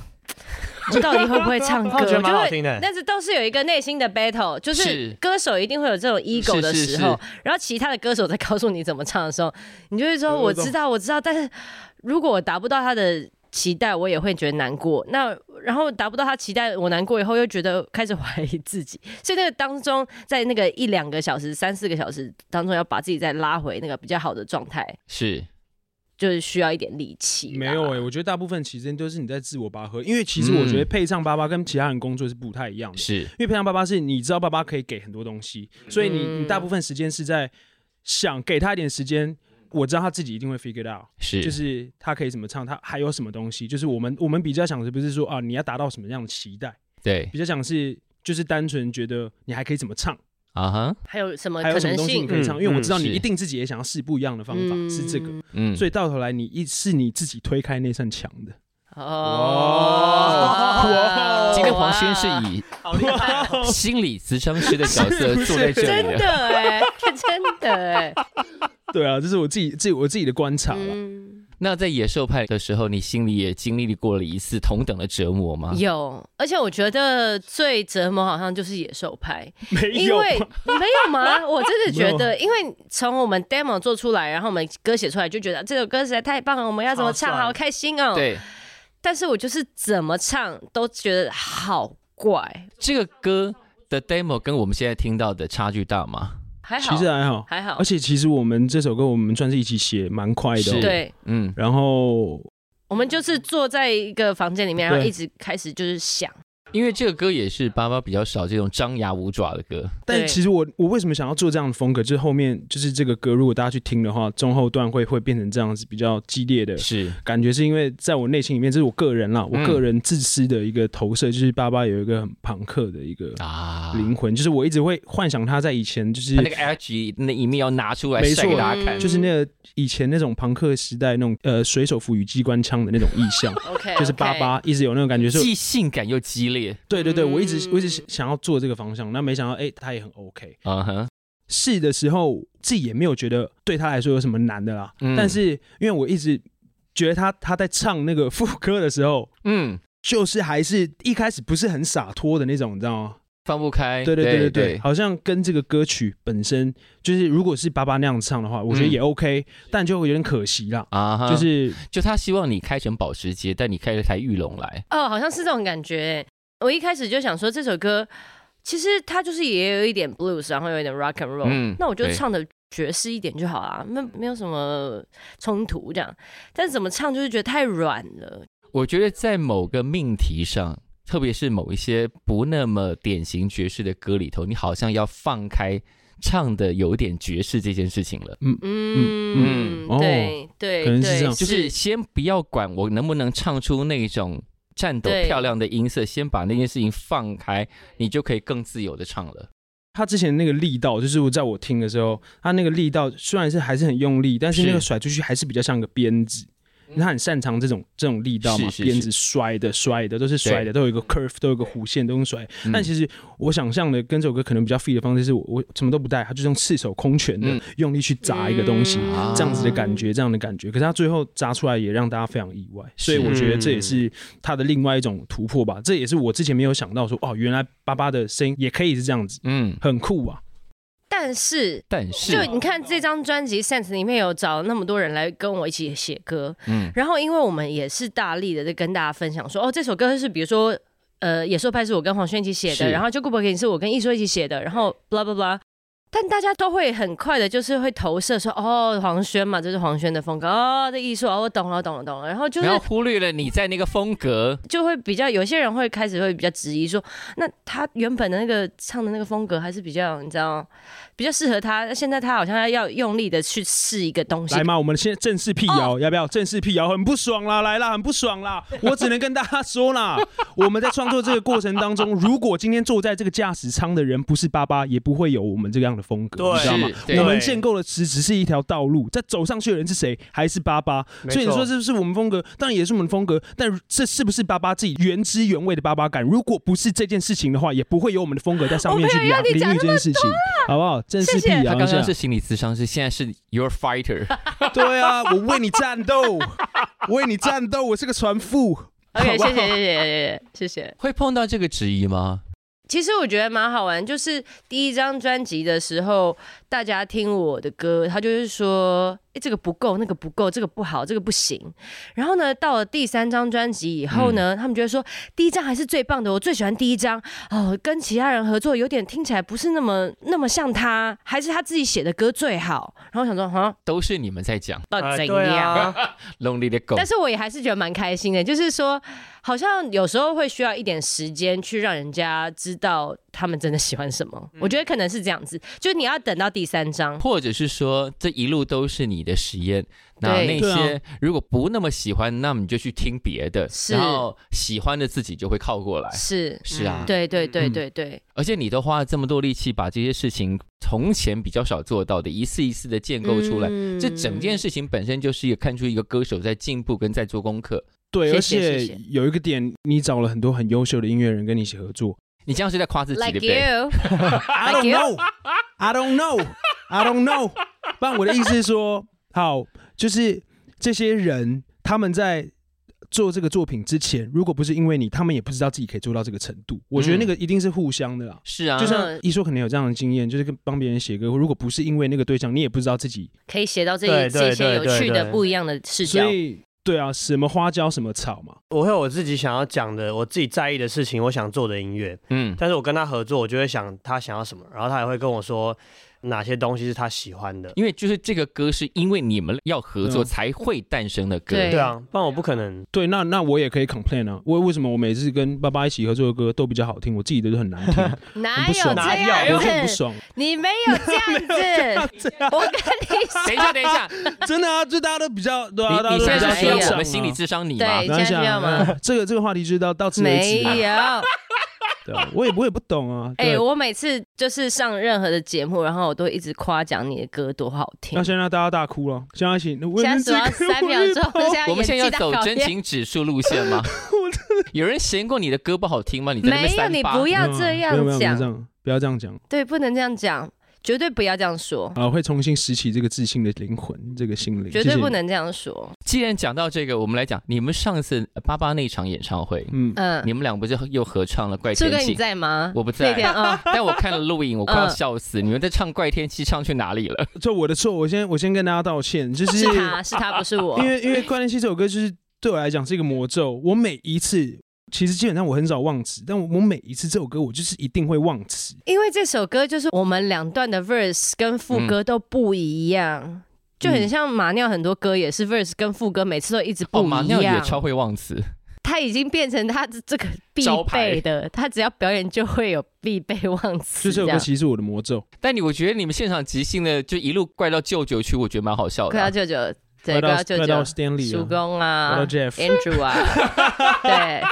[SPEAKER 2] 我到底会不会唱歌？
[SPEAKER 3] (laughs) 我觉得
[SPEAKER 2] 我
[SPEAKER 3] 蛮
[SPEAKER 2] 就
[SPEAKER 3] 好
[SPEAKER 2] 会。
[SPEAKER 3] 听的。
[SPEAKER 2] 但是都是有一个内心的 battle，就是
[SPEAKER 1] 是
[SPEAKER 2] 歌手一定会有这种 ego 的
[SPEAKER 1] 是是
[SPEAKER 2] 时候，然后其他的歌手在告诉你怎么唱的时候，你就会说我知道我知道，但是如果我达不到他的期待，我也会觉得难过。那然后达不到他期待，我难过以后又觉得开始怀疑自己，所以那个当中，在那个一两个小时、三四个小时当中，要把自己再拉回那个比较好的状态，
[SPEAKER 1] 是，
[SPEAKER 2] 就是需要一点力气啦。
[SPEAKER 4] 没有哎、我觉得大部分时间都是你在自我拔河，因为其实我觉得
[SPEAKER 1] 嗯
[SPEAKER 4] 配唱爸爸跟其他人工作是不太一样的，
[SPEAKER 1] 是
[SPEAKER 4] 因为配唱爸爸是你知道爸爸可以给很多东西，所以你
[SPEAKER 2] 嗯
[SPEAKER 4] 你大部分时间是在想给他一点时间，我知道他自己一定会 figure it out。
[SPEAKER 1] 是，
[SPEAKER 4] 就是他可以怎么唱，他还有什么东西？就是我们我们比较想是不是说啊，你要达到什么样的期待？
[SPEAKER 1] 对
[SPEAKER 4] 比较想是就是单纯觉得你还可以怎么唱，
[SPEAKER 1] 啊哈，
[SPEAKER 2] 还有什么
[SPEAKER 4] 还有
[SPEAKER 2] 呃可
[SPEAKER 4] 什么
[SPEAKER 2] 能
[SPEAKER 4] 东西你
[SPEAKER 2] 性？
[SPEAKER 4] 可以唱，
[SPEAKER 3] 嗯
[SPEAKER 4] 因为我知道
[SPEAKER 1] 嗯
[SPEAKER 4] 你
[SPEAKER 1] 是
[SPEAKER 4] 一定自己也想要试不一样的方法，是这个。
[SPEAKER 1] 嗯，
[SPEAKER 4] 所以到头来，你一是你自己推开那扇墙的， (laughs)
[SPEAKER 2] 哦
[SPEAKER 4] 哇，
[SPEAKER 1] 今天黄轩是
[SPEAKER 2] 哇
[SPEAKER 1] 以
[SPEAKER 4] 哦
[SPEAKER 1] 心理咨商师的角
[SPEAKER 4] (laughs)
[SPEAKER 1] 色坐在这
[SPEAKER 2] 真
[SPEAKER 1] 里的，
[SPEAKER 2] 的哎、真的哎、 (laughs)
[SPEAKER 4] 对啊，这是我自己自己我自己的观察了。
[SPEAKER 2] 嗯，
[SPEAKER 1] 那在野兽派的时候，你心里也经历过了一次同等的折磨
[SPEAKER 4] 啊
[SPEAKER 1] 吗？
[SPEAKER 2] 有，而且我觉得最折磨好像就是野兽派，
[SPEAKER 4] 没
[SPEAKER 2] 因
[SPEAKER 4] 有，
[SPEAKER 2] 为没有
[SPEAKER 4] (laughs)
[SPEAKER 2] 吗？我真的觉
[SPEAKER 4] 没
[SPEAKER 2] 得，因为从我们 demo 做出来，然后我们歌写出来，就觉得这首歌实在太棒了，我们要怎么唱，
[SPEAKER 3] 超帅
[SPEAKER 2] 好开心哦。
[SPEAKER 1] 对，
[SPEAKER 2] 但是我就是怎么唱都觉得好怪，
[SPEAKER 1] 这个歌的 demo 跟我们现在听到的差距大吗？
[SPEAKER 2] 还好，
[SPEAKER 4] 其实还好。
[SPEAKER 2] 还好
[SPEAKER 4] 而，且其实我们这首歌我们算是一起写，蛮快的、
[SPEAKER 1] 是
[SPEAKER 4] 哦。
[SPEAKER 2] 对，
[SPEAKER 1] 嗯，
[SPEAKER 4] 然后
[SPEAKER 2] 我们就是坐在一个房间里面，然后
[SPEAKER 4] 对
[SPEAKER 2] 一直开始就是想，
[SPEAKER 1] 因为这个歌也是巴巴比较少这种张牙舞爪的歌，
[SPEAKER 4] 但
[SPEAKER 2] 对
[SPEAKER 4] 其实我我为什么想要做这样的风格，就是后面就是这个歌，如果大家去听的话，中后段会会变成这样子比较激烈的
[SPEAKER 1] 是嗯
[SPEAKER 4] 感觉，是因为在我内心里面，这是我个人啦，我个人自私的一个投射，就是爸爸有一个很朋克的一个
[SPEAKER 1] 啊，
[SPEAKER 4] 灵魂，就是我一直会幻想他在以前就是
[SPEAKER 1] 他那个 LG 那一面要拿出来
[SPEAKER 4] 没
[SPEAKER 1] 晒
[SPEAKER 4] 错
[SPEAKER 1] 给大家看，
[SPEAKER 2] 嗯
[SPEAKER 4] 就是那个以前那种朋克时代那种呃水手服与机关枪的那种意
[SPEAKER 1] (laughs)
[SPEAKER 4] 象，
[SPEAKER 2] OK，
[SPEAKER 4] 就是爸爸一直有那种感觉，是
[SPEAKER 1] 既性感又激烈，
[SPEAKER 4] 对对对，我一直
[SPEAKER 2] 嗯
[SPEAKER 4] 我一直想要做这个方向，那没想到哎、他也很 OK。
[SPEAKER 1] 嗯哼，
[SPEAKER 4] 试的时候自己也没有觉得对他来说有什么难的啦，
[SPEAKER 1] 嗯
[SPEAKER 4] 但是因为我一直觉得他他在唱那个副歌的时候，
[SPEAKER 1] 嗯，
[SPEAKER 4] 就是还是一开始不是很洒脱的那种，你知道吗？
[SPEAKER 1] 放不开，
[SPEAKER 4] 对对对
[SPEAKER 1] 对
[SPEAKER 4] 对对，好像跟这个歌曲本身就是，如果是爸爸那样唱的话，我觉得也 OK，、但就有点可惜啦。
[SPEAKER 1] 啊哈，
[SPEAKER 4] 就是
[SPEAKER 1] 就他希望你开成保时捷，但你开了台玉龙来，
[SPEAKER 2] 哦，好像是这种感觉。我一开始就想说这首歌，其实它就是也有一点 blues，然后有一点 rock and roll，、
[SPEAKER 1] 嗯
[SPEAKER 2] 那我就
[SPEAKER 1] 对
[SPEAKER 2] 唱的爵士一点就好啦，那没有什么冲突这样。但是怎么唱就是觉得太软了，
[SPEAKER 1] 我觉得在某个命题上，特别是某一些不那么典型爵士的歌里头，你好像要放开唱的有一点爵士这件事情了。
[SPEAKER 2] 嗯，
[SPEAKER 4] 嗯嗯
[SPEAKER 2] 对、对，
[SPEAKER 4] 可能是
[SPEAKER 2] 对
[SPEAKER 4] 这样
[SPEAKER 1] 就是先不要管我能不能唱出那种颤抖
[SPEAKER 2] 对
[SPEAKER 1] 漂亮的音色，先把那件事情放开，你就可以更自由的唱了。
[SPEAKER 4] 他之前那个力道，就是我在我听的时候，他那个力道虽然是还是很用力，但是那个
[SPEAKER 1] 是
[SPEAKER 4] 甩出去还是比较像个鞭子。因为他很擅长这种这种力道嘛，
[SPEAKER 1] 嗯是是
[SPEAKER 4] 鞭子摔的摔的都是摔的，都有一个 curve，都有一个弧线，都用甩。
[SPEAKER 1] 嗯
[SPEAKER 4] 但其实我想象的跟这首歌可能比较 free 的方式是我我什么都不带，他就是用赤手空拳的、
[SPEAKER 1] 嗯
[SPEAKER 4] 用力去砸一个东西，
[SPEAKER 2] 嗯
[SPEAKER 1] 啊
[SPEAKER 4] 这样子的感觉，这样的感觉。可是他最后砸出来也让大家非常意外，所以
[SPEAKER 1] 是
[SPEAKER 4] 我觉得这也是他的另外一种突破吧。这也是我之前没有想到说，哦，原来巴巴的声音也可以是这样子，
[SPEAKER 1] 嗯，
[SPEAKER 4] 很酷啊。
[SPEAKER 2] 但是。
[SPEAKER 1] 但，
[SPEAKER 2] 就是你看这张专辑《Sense》里面有找那么多人来跟我一起写歌，
[SPEAKER 1] 嗯，
[SPEAKER 2] 然后，因为我们也是大力的在跟大家分享说，哦，这首歌是比如说，呃，野兽派是我跟黄轩一起写
[SPEAKER 1] 是
[SPEAKER 2] 的，然后就顾伯肯是我跟艺硕一起写的，然后 blah blah blah。但大家都会很快的，就是会投射说，哦，黄轩嘛，这是黄轩的风格，哦，这艺术，哦，我懂了，懂了，懂了。然后就是
[SPEAKER 1] 然后忽略了你在那个风格，
[SPEAKER 2] 就会比较，有些人会开始会比较质疑说，那他原本的那个唱的那个风格还是比较，你知道，比较适合他。现在他好像要用力的去试一个东西
[SPEAKER 4] 来，嘛，我们现在正式辟谣，
[SPEAKER 2] 哦
[SPEAKER 4] 要不要？正式辟谣，很不爽啦，来啦，很不爽
[SPEAKER 2] (laughs)
[SPEAKER 4] 啦。我只能跟大家说啦， (laughs) 我们在创作这个过程当中，如果今天坐在这个驾驶舱的人不是爸爸，也不会有我们这样的风格，
[SPEAKER 3] 对
[SPEAKER 4] 你知道吗
[SPEAKER 1] 是？对
[SPEAKER 4] 我们建构的只只是一条道路，在走上去的人是谁？还是爸爸？
[SPEAKER 3] 没错
[SPEAKER 4] 所以你说这是我们风格，当然也是我们风格，但这是不是爸爸自己原汁原味的爸爸感？如果不是这件事情的话，也不会有我们的风格在上面去
[SPEAKER 2] 我没有
[SPEAKER 4] 领
[SPEAKER 2] 让你
[SPEAKER 4] 域
[SPEAKER 2] 讲
[SPEAKER 4] 这件事情，好不好？正式
[SPEAKER 2] 谢
[SPEAKER 4] 辟
[SPEAKER 2] 啊谢
[SPEAKER 4] 谣一下。
[SPEAKER 1] 他刚刚是心理咨商师，现在是 your fighter，
[SPEAKER 2] (laughs)
[SPEAKER 4] 对啊，我为你战斗，我为你战斗，我是个船夫。
[SPEAKER 2] OK，
[SPEAKER 4] 好不好
[SPEAKER 2] 谢谢，谢谢，谢谢，谢谢。
[SPEAKER 1] 会碰到这个质疑吗？
[SPEAKER 2] 其实我觉得蛮好玩，就是第一张专辑的时候，大家听我的歌，他就是说，哎、这个不够，那个不够，这个不好，这个不行。然后呢，到了第三张专辑以后呢，他们觉得说，第一张还是最棒的，我最喜欢第一张。哦，跟其他人合作有点听起来不是那么那么像他，还是他自己写的歌最好。然后我想说，哈，
[SPEAKER 1] 都是你们在讲
[SPEAKER 2] 到底怎
[SPEAKER 3] 对
[SPEAKER 2] 样？
[SPEAKER 3] 啊，
[SPEAKER 1] lonely 的狗
[SPEAKER 2] 但，是我也还是觉得蛮开心的，就是说，好像有时候会需要一点时间去让人家知道他们真的喜欢什么。
[SPEAKER 1] 嗯
[SPEAKER 2] 我觉得可能是这样子，
[SPEAKER 1] 哎
[SPEAKER 2] 就是你要等到第三章，
[SPEAKER 1] 或者是说这一路都是你的实验。那那
[SPEAKER 2] 对
[SPEAKER 4] 对
[SPEAKER 1] 些如果不那么喜欢，那么你就去听别的，
[SPEAKER 2] 是
[SPEAKER 1] 然后喜欢的自己就会靠过来。
[SPEAKER 2] 是，
[SPEAKER 1] 是啊，
[SPEAKER 3] 嗯
[SPEAKER 2] 对对对对对，
[SPEAKER 1] 而且你都花了这么多力气把这些事情从前比较少做到的，一次一次的建构出来。
[SPEAKER 2] 嗯
[SPEAKER 1] 这整件事情本身就是一个看出一个歌手在进步跟在做功课。
[SPEAKER 4] 对，
[SPEAKER 2] 谢
[SPEAKER 4] 而
[SPEAKER 2] 谢
[SPEAKER 4] 且
[SPEAKER 2] 谢谢
[SPEAKER 4] 有一个点，你找了很多很优秀的音乐人跟你一起合作。
[SPEAKER 1] 你这样是在夸自己，对
[SPEAKER 2] Like
[SPEAKER 1] 不对？
[SPEAKER 2] you，
[SPEAKER 4] I
[SPEAKER 2] Like
[SPEAKER 4] don't
[SPEAKER 2] you
[SPEAKER 4] know, I don't know, I don't know。但我的意思是说，好，就是这些人他们在做这个作品之前，如果不是因为你，他们也不知道自己可以做到这个程度。我觉得那个一定是互相的啦。
[SPEAKER 1] 是啊，
[SPEAKER 4] 就
[SPEAKER 2] 嗯
[SPEAKER 4] 像一说可能有这样的经验，就是跟帮别人写歌，如果不是因为那个对象，你也不知道自己。
[SPEAKER 2] 可以写到这
[SPEAKER 3] 对
[SPEAKER 2] 己
[SPEAKER 3] 对
[SPEAKER 2] 这些有
[SPEAKER 3] 对对
[SPEAKER 2] 趣的
[SPEAKER 3] 对
[SPEAKER 2] 不一样的视角
[SPEAKER 4] 所。以对啊，什么花椒什么草嘛，
[SPEAKER 3] (laughs) 我会有我自己想要讲的，我自己在意的事情，我想做的音乐，
[SPEAKER 1] 嗯
[SPEAKER 3] 但是我跟他合作，我就会想他想要什么，然后他也会跟我说哪些东西是他喜欢的。
[SPEAKER 1] 因为就是这个歌是因为你们要合作
[SPEAKER 4] 嗯
[SPEAKER 1] 才会诞生的歌，
[SPEAKER 2] 对
[SPEAKER 3] (laughs) 对啊，不然我不可能。
[SPEAKER 4] 对，那那我也可以 complain 啊。为为什么我每次跟爸爸一起合作的歌都比较好听，我自己的就很难
[SPEAKER 2] (laughs)
[SPEAKER 4] 听，
[SPEAKER 2] 哪
[SPEAKER 4] 很
[SPEAKER 2] 有
[SPEAKER 4] 不
[SPEAKER 2] 哎这
[SPEAKER 4] 爽，
[SPEAKER 3] 哪有
[SPEAKER 4] 我就很
[SPEAKER 2] 样
[SPEAKER 4] 不
[SPEAKER 2] 子？
[SPEAKER 4] 爽。
[SPEAKER 2] 你没有这
[SPEAKER 4] (laughs)
[SPEAKER 2] 样子，我跟你说，
[SPEAKER 1] 等一下，等一下，
[SPEAKER 4] 真的啊，就大家都比较对啊，大
[SPEAKER 1] 你你
[SPEAKER 4] 家都
[SPEAKER 1] 现
[SPEAKER 4] 比较
[SPEAKER 1] 在是需要
[SPEAKER 4] 欣赏
[SPEAKER 1] 我
[SPEAKER 4] 啊
[SPEAKER 1] 们心理智商你吗
[SPEAKER 2] 对？
[SPEAKER 4] 没关系
[SPEAKER 2] 现在需要
[SPEAKER 4] 啊
[SPEAKER 2] 吗？
[SPEAKER 4] (laughs) 这个这个话题就是到到此为
[SPEAKER 2] 没
[SPEAKER 4] 止啊，
[SPEAKER 2] 有。
[SPEAKER 4] (laughs) 对啊，我也我也不懂啊。
[SPEAKER 2] (laughs) 哎、
[SPEAKER 4] 对，
[SPEAKER 2] 我每次就是上任何的节目，然后我都一直夸奖你的歌多好听
[SPEAKER 4] 那。先让大家大哭了，现在一起。我
[SPEAKER 2] 现在
[SPEAKER 4] 们
[SPEAKER 2] 数
[SPEAKER 4] 这
[SPEAKER 2] 到
[SPEAKER 4] 个
[SPEAKER 2] 三秒钟，现在
[SPEAKER 1] 我们现在要
[SPEAKER 2] 演技大
[SPEAKER 1] 走
[SPEAKER 2] 考
[SPEAKER 1] 真
[SPEAKER 2] 验。
[SPEAKER 1] 情指数路线
[SPEAKER 2] (laughs)
[SPEAKER 1] 吗？有人嫌过你的歌不好听吗？你在那边
[SPEAKER 2] 没有，
[SPEAKER 1] 三
[SPEAKER 2] 你
[SPEAKER 1] 八
[SPEAKER 2] (laughs) 不要这
[SPEAKER 4] 嗯没有
[SPEAKER 2] 样
[SPEAKER 4] 没有没有
[SPEAKER 2] 讲
[SPEAKER 4] 这，样，不要这样讲
[SPEAKER 2] 对，不能这样讲，绝对不要这样说，
[SPEAKER 4] 啊，会重新拾起这个自信的灵魂，这个心灵。
[SPEAKER 2] 绝
[SPEAKER 4] 谢
[SPEAKER 2] 对
[SPEAKER 4] 谢
[SPEAKER 2] 不。能这样说。
[SPEAKER 1] 既然讲到这个，我们来讲你们上次呃巴巴那场演唱会，
[SPEAKER 4] 嗯，
[SPEAKER 2] 嗯
[SPEAKER 1] 你，们俩不是又合唱了《怪
[SPEAKER 2] 这
[SPEAKER 1] 天
[SPEAKER 2] 个你
[SPEAKER 1] 气》？
[SPEAKER 2] 在吗？
[SPEAKER 1] 我不
[SPEAKER 2] 那
[SPEAKER 1] 在，
[SPEAKER 2] 天
[SPEAKER 4] (laughs)
[SPEAKER 2] 啊，
[SPEAKER 1] 但我看了录影，我快要
[SPEAKER 2] 嗯
[SPEAKER 1] 笑死！你们在唱《怪天气》，唱去哪里了？
[SPEAKER 4] 就我的错，我先我先跟大家道歉，就是是
[SPEAKER 2] 他是他，不是我
[SPEAKER 4] 因。为因为《关联器》这首歌就是对我来讲是一个魔咒，我每一次其实基本上我很少忘词，但我我每一次这首歌我就是一定会忘词。
[SPEAKER 2] 因为这首歌就是我们两段的 verse 跟
[SPEAKER 1] 嗯
[SPEAKER 2] 副歌都不一样，就很像马尿很多歌也是 verse 跟副歌每次都一直不
[SPEAKER 1] 哦，
[SPEAKER 2] 一
[SPEAKER 1] 马尿
[SPEAKER 2] 样。
[SPEAKER 1] 也超会忘词，
[SPEAKER 2] 他已经变成他这个必
[SPEAKER 1] 招牌
[SPEAKER 2] 备的，他只要表演就会有必备忘
[SPEAKER 4] 所
[SPEAKER 2] 词这
[SPEAKER 4] 以这首歌
[SPEAKER 2] 样。
[SPEAKER 4] 其实是我的魔咒，
[SPEAKER 1] 但你我觉得你们现场即兴的，就一路怪到舅舅去，我觉得蛮好笑的
[SPEAKER 2] 快
[SPEAKER 1] 啊、
[SPEAKER 2] 要舅舅，对，快
[SPEAKER 4] 怪到
[SPEAKER 2] 要舅
[SPEAKER 4] 怪到
[SPEAKER 2] 舅，
[SPEAKER 4] Stanley
[SPEAKER 2] 叔
[SPEAKER 4] 啊，
[SPEAKER 2] 公
[SPEAKER 4] 怪
[SPEAKER 2] 啊
[SPEAKER 4] 到 Jeff，
[SPEAKER 2] ，Andrew 啊，
[SPEAKER 4] (laughs)
[SPEAKER 2] 对。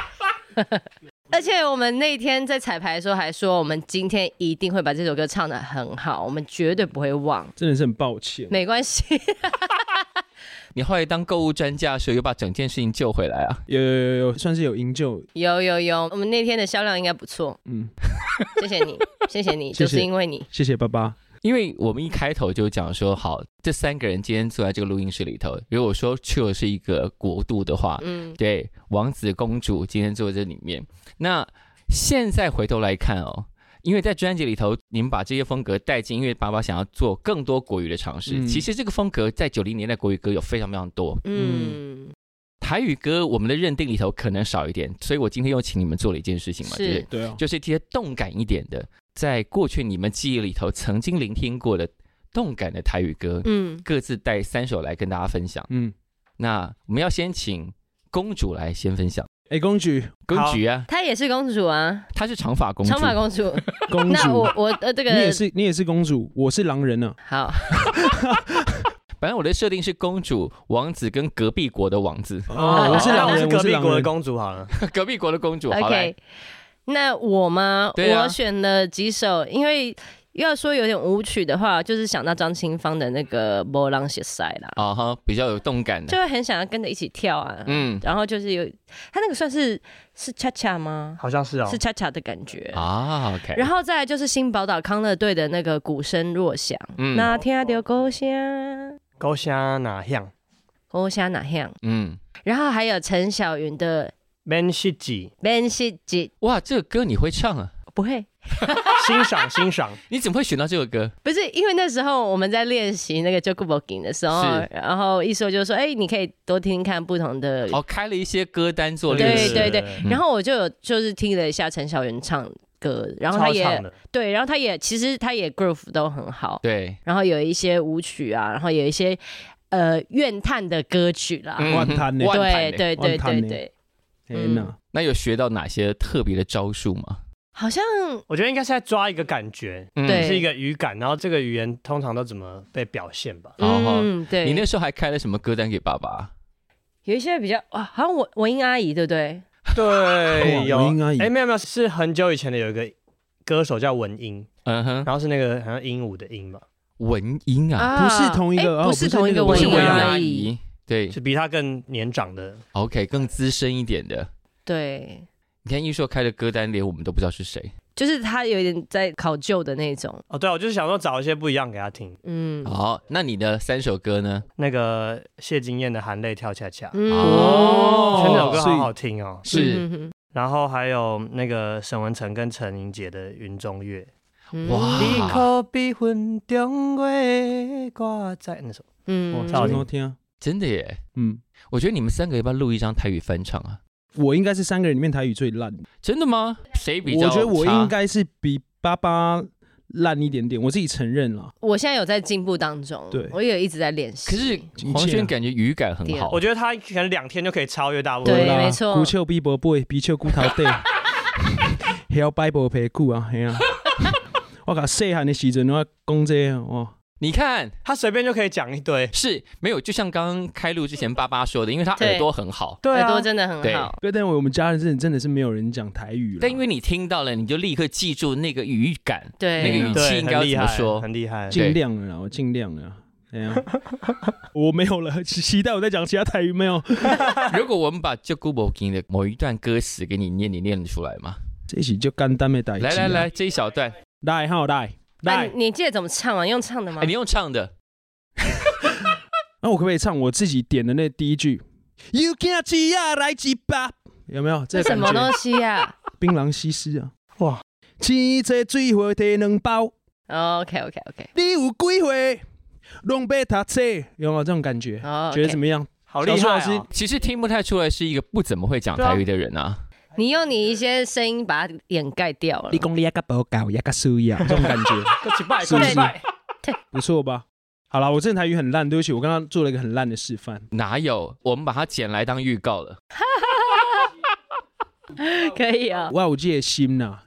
[SPEAKER 2] (laughs) 而且我们那天在彩排的时候还说，我们今天一定会把这首歌唱得很好，我们绝对不会忘。
[SPEAKER 4] 真的是很抱歉。
[SPEAKER 2] 没关系， (laughs)
[SPEAKER 1] 你后来当购物专家的时候，又把整件事情救回来啊！
[SPEAKER 4] 有有有有，算是有营救，
[SPEAKER 2] 有有有，我们那天的销量应该不错，
[SPEAKER 4] 嗯，
[SPEAKER 2] 谢谢
[SPEAKER 4] (laughs)
[SPEAKER 2] 你，谢谢你，
[SPEAKER 4] 谢
[SPEAKER 2] 就
[SPEAKER 4] 谢
[SPEAKER 2] 是因为你，
[SPEAKER 4] 谢谢爸爸。
[SPEAKER 1] 因为我们一开头就讲说，好，这三个人今天坐在这个录音室里头，如果说去了是一个国度的
[SPEAKER 4] 啊
[SPEAKER 1] 话，
[SPEAKER 2] 嗯，
[SPEAKER 1] 对，王子公主今天坐在这里面。那现在回头来看哦，因为在专辑里头，你们把这些风格带进，因为爸爸想要做更多国语的尝试。
[SPEAKER 4] 嗯
[SPEAKER 1] 其实这个风格在九零年代国语歌有非常非常多，
[SPEAKER 2] 嗯，
[SPEAKER 1] 台语歌我们的认定里头可能少一点，所以我今天又请你们做了一件事情嘛，就是是
[SPEAKER 4] 对啊，
[SPEAKER 1] 就是一些动感一点的，在过去你们记忆里头曾经聆听过的动感的台语歌，
[SPEAKER 2] 嗯，
[SPEAKER 1] 各自带三首来跟大家分享。
[SPEAKER 4] 嗯，
[SPEAKER 1] 那我们要先请公主来先分享，
[SPEAKER 4] 哎，公主，
[SPEAKER 1] 公
[SPEAKER 3] 好
[SPEAKER 1] 举啊，
[SPEAKER 2] 她也是公主啊，
[SPEAKER 1] 她是长发公主，
[SPEAKER 2] 长发公主。
[SPEAKER 4] (laughs) 公
[SPEAKER 2] 那
[SPEAKER 4] 主
[SPEAKER 2] 我，我呃这
[SPEAKER 4] 你
[SPEAKER 2] 个
[SPEAKER 4] 也是你也是公主，我是狼人啊。
[SPEAKER 2] 好，
[SPEAKER 1] 本来我的设定是公主、王子跟隔壁国的王
[SPEAKER 2] (laughs)
[SPEAKER 1] 子，
[SPEAKER 4] 哦，我是
[SPEAKER 3] 啊那
[SPEAKER 4] 狼
[SPEAKER 3] 我是
[SPEAKER 4] 人，我
[SPEAKER 3] 隔
[SPEAKER 4] 是
[SPEAKER 3] 壁
[SPEAKER 4] 狼
[SPEAKER 3] 国的
[SPEAKER 4] 人。
[SPEAKER 3] 公主好了。
[SPEAKER 1] 隔壁国的公主。好来
[SPEAKER 2] OK，那我吗？
[SPEAKER 1] 对啊
[SPEAKER 2] 我选了几首，因为要说有点舞曲的话，就是想到张清芳的那个《波浪雪塞》啦，
[SPEAKER 1] 啊哈，比较有动感
[SPEAKER 2] 就
[SPEAKER 1] 的，
[SPEAKER 2] 会很想要跟着一起跳啊。
[SPEAKER 1] 嗯
[SPEAKER 2] 然后就是有，他那个算是是恰恰吗？
[SPEAKER 3] 好像是哦
[SPEAKER 2] 是，恰恰的感觉。
[SPEAKER 1] 啊，OK，
[SPEAKER 2] 然后再来就是新宝岛康乐队的那个鼓声若响，
[SPEAKER 1] 嗯
[SPEAKER 2] 那天到故声，
[SPEAKER 3] 高香哪样
[SPEAKER 2] 故声哪样？
[SPEAKER 1] 嗯，
[SPEAKER 2] 然后还有陈小云的
[SPEAKER 3] ？Man
[SPEAKER 2] 《
[SPEAKER 3] City，
[SPEAKER 2] Man 是几
[SPEAKER 1] 哇，这个歌你会唱啊？
[SPEAKER 2] 不会，
[SPEAKER 3] 欣赏欣赏。
[SPEAKER 1] 你怎么会选到这个歌？
[SPEAKER 2] 不是因为那时候我们在练习那个 j o k b o g i n 的时候
[SPEAKER 1] 是，
[SPEAKER 2] 然后一说就说，哎、你可以多听听看不同的。
[SPEAKER 1] 哦，开了一些歌单做
[SPEAKER 2] 对
[SPEAKER 1] 练习，
[SPEAKER 2] 对
[SPEAKER 3] 对
[SPEAKER 1] 嗯
[SPEAKER 2] 然后我就有就是听了一下陈小云唱歌，然后他
[SPEAKER 3] 超
[SPEAKER 2] 也嗯
[SPEAKER 3] 唱的，
[SPEAKER 2] 对，然后他也其实他也 groove 都很好，
[SPEAKER 1] 对
[SPEAKER 2] 然后有一些舞曲啊，然后有一些呃怨叹的歌曲啦，
[SPEAKER 1] 嗯
[SPEAKER 4] 万弹呢
[SPEAKER 1] 万
[SPEAKER 2] 对
[SPEAKER 1] 弹呢
[SPEAKER 2] 对对
[SPEAKER 4] 万
[SPEAKER 2] 对
[SPEAKER 4] 弹呢
[SPEAKER 2] 对，
[SPEAKER 4] 天哪，
[SPEAKER 1] 那有学到哪些特别的招数吗？
[SPEAKER 2] 好像
[SPEAKER 3] 我觉得应该是在抓一个感觉，
[SPEAKER 1] 嗯
[SPEAKER 2] 对
[SPEAKER 3] 是一个语感，然后这个语言通常都怎么被表现
[SPEAKER 2] (laughs)
[SPEAKER 3] 吧？
[SPEAKER 1] 好好
[SPEAKER 2] 嗯对，
[SPEAKER 1] 你那时候还开了什么歌单给爸爸？
[SPEAKER 2] 有一些比较哇，好像文文英阿姨对不对？
[SPEAKER 4] 哇
[SPEAKER 3] 对，有
[SPEAKER 4] 文英阿姨
[SPEAKER 3] 哎，没有没有，是很久以前的有一个歌手叫文英，
[SPEAKER 1] 嗯哼，
[SPEAKER 3] 然后是那个好像鹦鹉的鹦吧，
[SPEAKER 1] 文英啊，
[SPEAKER 2] 啊
[SPEAKER 4] 不是同一
[SPEAKER 2] 哎
[SPEAKER 4] 个哦
[SPEAKER 2] 不
[SPEAKER 4] 不
[SPEAKER 2] 是
[SPEAKER 4] 是
[SPEAKER 2] 同一
[SPEAKER 4] 那个
[SPEAKER 2] 个
[SPEAKER 4] 不
[SPEAKER 2] 文
[SPEAKER 4] 是
[SPEAKER 1] 是
[SPEAKER 2] 英
[SPEAKER 1] 文英
[SPEAKER 4] 文英
[SPEAKER 2] 阿
[SPEAKER 1] 阿
[SPEAKER 2] 姨，
[SPEAKER 1] 姨，对
[SPEAKER 3] 是比他更年长的。
[SPEAKER 1] ，OK，更资深一点的。
[SPEAKER 2] 对。
[SPEAKER 1] 你看艺硕开的歌单，连我们都不知道是谁。
[SPEAKER 2] 就是他有点在考究的那种，
[SPEAKER 3] 哦，对啊，我就是想说找一些不一样给他听。
[SPEAKER 2] 嗯，
[SPEAKER 1] 好，那你的三首歌呢？
[SPEAKER 3] 那个谢金燕的《含泪跳恰恰》，
[SPEAKER 2] 嗯
[SPEAKER 1] 哦
[SPEAKER 3] 全那首歌
[SPEAKER 4] 所以
[SPEAKER 3] 好好听哦。
[SPEAKER 1] 是、
[SPEAKER 2] 嗯
[SPEAKER 3] 然后还有那个沈文成跟陈莹姐的《云中月》，
[SPEAKER 2] 嗯
[SPEAKER 1] 哇
[SPEAKER 3] 你可比云中月挂在那首，
[SPEAKER 2] 嗯
[SPEAKER 3] 我
[SPEAKER 4] 好
[SPEAKER 3] 操
[SPEAKER 4] 听好听啊，
[SPEAKER 1] 真的耶！
[SPEAKER 4] 嗯，
[SPEAKER 1] 我觉得你们三个要不要录一张台语翻唱啊？
[SPEAKER 4] 我应该是三个人里面台语最烂的，
[SPEAKER 1] 真的吗？谁比较？
[SPEAKER 4] 我觉得我应，该是比爸爸烂一点点，我自己承认了。
[SPEAKER 2] 我现在有在进步当中，
[SPEAKER 4] 对
[SPEAKER 2] 我也一直在练习。
[SPEAKER 1] 可是
[SPEAKER 4] 境界啊
[SPEAKER 1] 黄轩感觉语感很好。
[SPEAKER 3] 我觉得他可能两天就可以超越大部
[SPEAKER 2] 对
[SPEAKER 3] 分。
[SPEAKER 2] 没错
[SPEAKER 4] 古丘比伯 boy，比丘骨头底， (laughs) 还要 Bible 陪顾啊，嘿啊。 (laughs) 我靠，细汉的时阵我讲这个哦，
[SPEAKER 1] 你看，
[SPEAKER 3] 他随便就可以讲一堆。
[SPEAKER 1] 是没有，就像刚刚开录之前爸爸说的，因为他
[SPEAKER 2] 对
[SPEAKER 1] 耳朵很好，
[SPEAKER 3] 对
[SPEAKER 2] 耳
[SPEAKER 3] 啊
[SPEAKER 2] 朵，真的很好，
[SPEAKER 4] 对，但我们家人真的真的是没有人讲台语了。
[SPEAKER 1] 但因为你听到了，你就立刻记住那个语
[SPEAKER 2] (laughs)
[SPEAKER 1] 感。
[SPEAKER 2] 对，
[SPEAKER 1] 那个语气
[SPEAKER 3] 对，
[SPEAKER 1] 应该要
[SPEAKER 3] 很厉
[SPEAKER 1] 怎么
[SPEAKER 3] 害
[SPEAKER 1] 说
[SPEAKER 3] 很厉害。
[SPEAKER 1] 对
[SPEAKER 4] 尽量了啦，我尽量了啦。哎呀， (laughs) 我没有了，期期待我在讲其他台语没有。
[SPEAKER 1] 如果我们把 j o g u b o k i n 的某一段歌词给你念，你念得出来吗？
[SPEAKER 4] 这是就简单的代。
[SPEAKER 1] 来来来，，这一小段，
[SPEAKER 4] 来好来
[SPEAKER 2] 啊
[SPEAKER 4] 来，
[SPEAKER 2] 你你记得怎么唱吗？用唱的吗
[SPEAKER 1] 哎，你？用唱的，
[SPEAKER 4] 那我可不可以唱我自己点的那第一句？You can't see 啊，来几把，有没有？这
[SPEAKER 2] 这
[SPEAKER 4] 个
[SPEAKER 2] 什
[SPEAKER 4] 感
[SPEAKER 2] 么
[SPEAKER 4] 觉
[SPEAKER 2] 东西啊呀
[SPEAKER 4] 槟榔西施啊，
[SPEAKER 3] 哇，
[SPEAKER 4] 钱多水花提两包，
[SPEAKER 2] ？OK OK OK，
[SPEAKER 4] 你有几回拢被读册，有没有这种感觉？
[SPEAKER 2] 哦，
[SPEAKER 4] 觉得怎
[SPEAKER 2] 么？
[SPEAKER 4] 么样？
[SPEAKER 3] 好厉害、
[SPEAKER 4] 小树老
[SPEAKER 3] 哦！
[SPEAKER 1] 其实听不太出来是一个不怎么会讲台语的人啊。
[SPEAKER 2] 你用你一些声音把它掩盖掉了。
[SPEAKER 4] 讲你也个不搞，也个
[SPEAKER 2] (laughs)
[SPEAKER 4] 输呀，这种感觉
[SPEAKER 3] 够几拜，
[SPEAKER 4] 是
[SPEAKER 3] 够
[SPEAKER 4] 不
[SPEAKER 3] 几
[SPEAKER 4] 是
[SPEAKER 3] 拜。
[SPEAKER 4] 不错吧？好了，我这台语很烂，对不起，我刚刚做了一个很烂的示范。
[SPEAKER 1] 哪有？我们把它剪来当预告了。
[SPEAKER 2] 可以啊，
[SPEAKER 4] 我有这个心呐、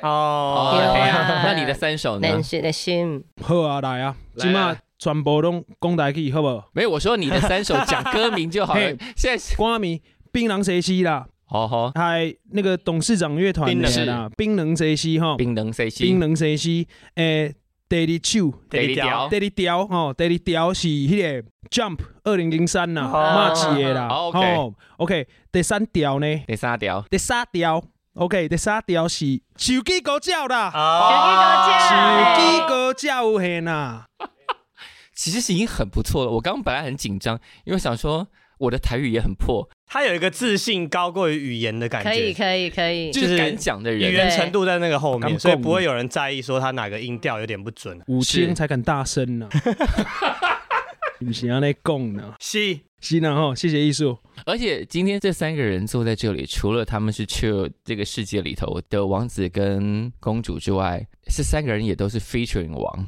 [SPEAKER 3] 哦，
[SPEAKER 2] 有啊
[SPEAKER 1] 等一下那你的三首呢
[SPEAKER 2] 男？士的心，
[SPEAKER 4] 好啊，来啊，
[SPEAKER 1] 来
[SPEAKER 4] 今
[SPEAKER 1] 来
[SPEAKER 4] 嘛
[SPEAKER 1] 来
[SPEAKER 4] 全部拢讲台语，好
[SPEAKER 2] (laughs)
[SPEAKER 4] 不好？
[SPEAKER 1] 没有，我说你的三首讲歌名就好了
[SPEAKER 4] 嘿。
[SPEAKER 1] 现在是，
[SPEAKER 4] 歌名槟榔谁西啦，
[SPEAKER 1] 好好，
[SPEAKER 4] 还那个董事长乐团的啊啦，槟榔谁西哈，
[SPEAKER 1] 冰冷 C
[SPEAKER 4] 槟
[SPEAKER 1] 西，
[SPEAKER 4] 榔谁西，诶，第二首。
[SPEAKER 1] 得力条，
[SPEAKER 4] 第二条吼，第二条是迄个 Jump 二零零三呐，
[SPEAKER 3] 哦
[SPEAKER 4] 嘛一个啦，
[SPEAKER 1] 哦，OK
[SPEAKER 4] 吼，OK，第三条呢，
[SPEAKER 1] 第三条，
[SPEAKER 4] 第三条，OK，第三条是手机高照
[SPEAKER 1] 啊
[SPEAKER 4] 啦，手
[SPEAKER 3] 啊
[SPEAKER 2] 手
[SPEAKER 4] 机
[SPEAKER 2] 机高架
[SPEAKER 4] 高照嘿呐，
[SPEAKER 1] 其实已经很不错了。我刚刚本来很紧张，因为想说我的台语也很破，
[SPEAKER 3] 他有一个自信高过于语言的感觉，
[SPEAKER 2] 可以可以可以
[SPEAKER 1] 就，
[SPEAKER 3] 就是是
[SPEAKER 1] 敢讲的
[SPEAKER 3] 语
[SPEAKER 1] 人。啊
[SPEAKER 3] 言程度在那个后
[SPEAKER 4] 敢
[SPEAKER 3] 面，
[SPEAKER 4] 讲
[SPEAKER 3] 所以不会有人在意说他哪个音调有点不准。啊
[SPEAKER 4] 五
[SPEAKER 1] 是
[SPEAKER 4] 千才敢大
[SPEAKER 1] (laughs)
[SPEAKER 4] 声呐，不是安尼讲呐，
[SPEAKER 3] 是，
[SPEAKER 4] 是呐吼，谢谢艺术，
[SPEAKER 1] 而且今天这三个人坐在这里，除了他们是 Chill 这个世界里头的王子跟公主之外，这三个人也都是 featuring 王。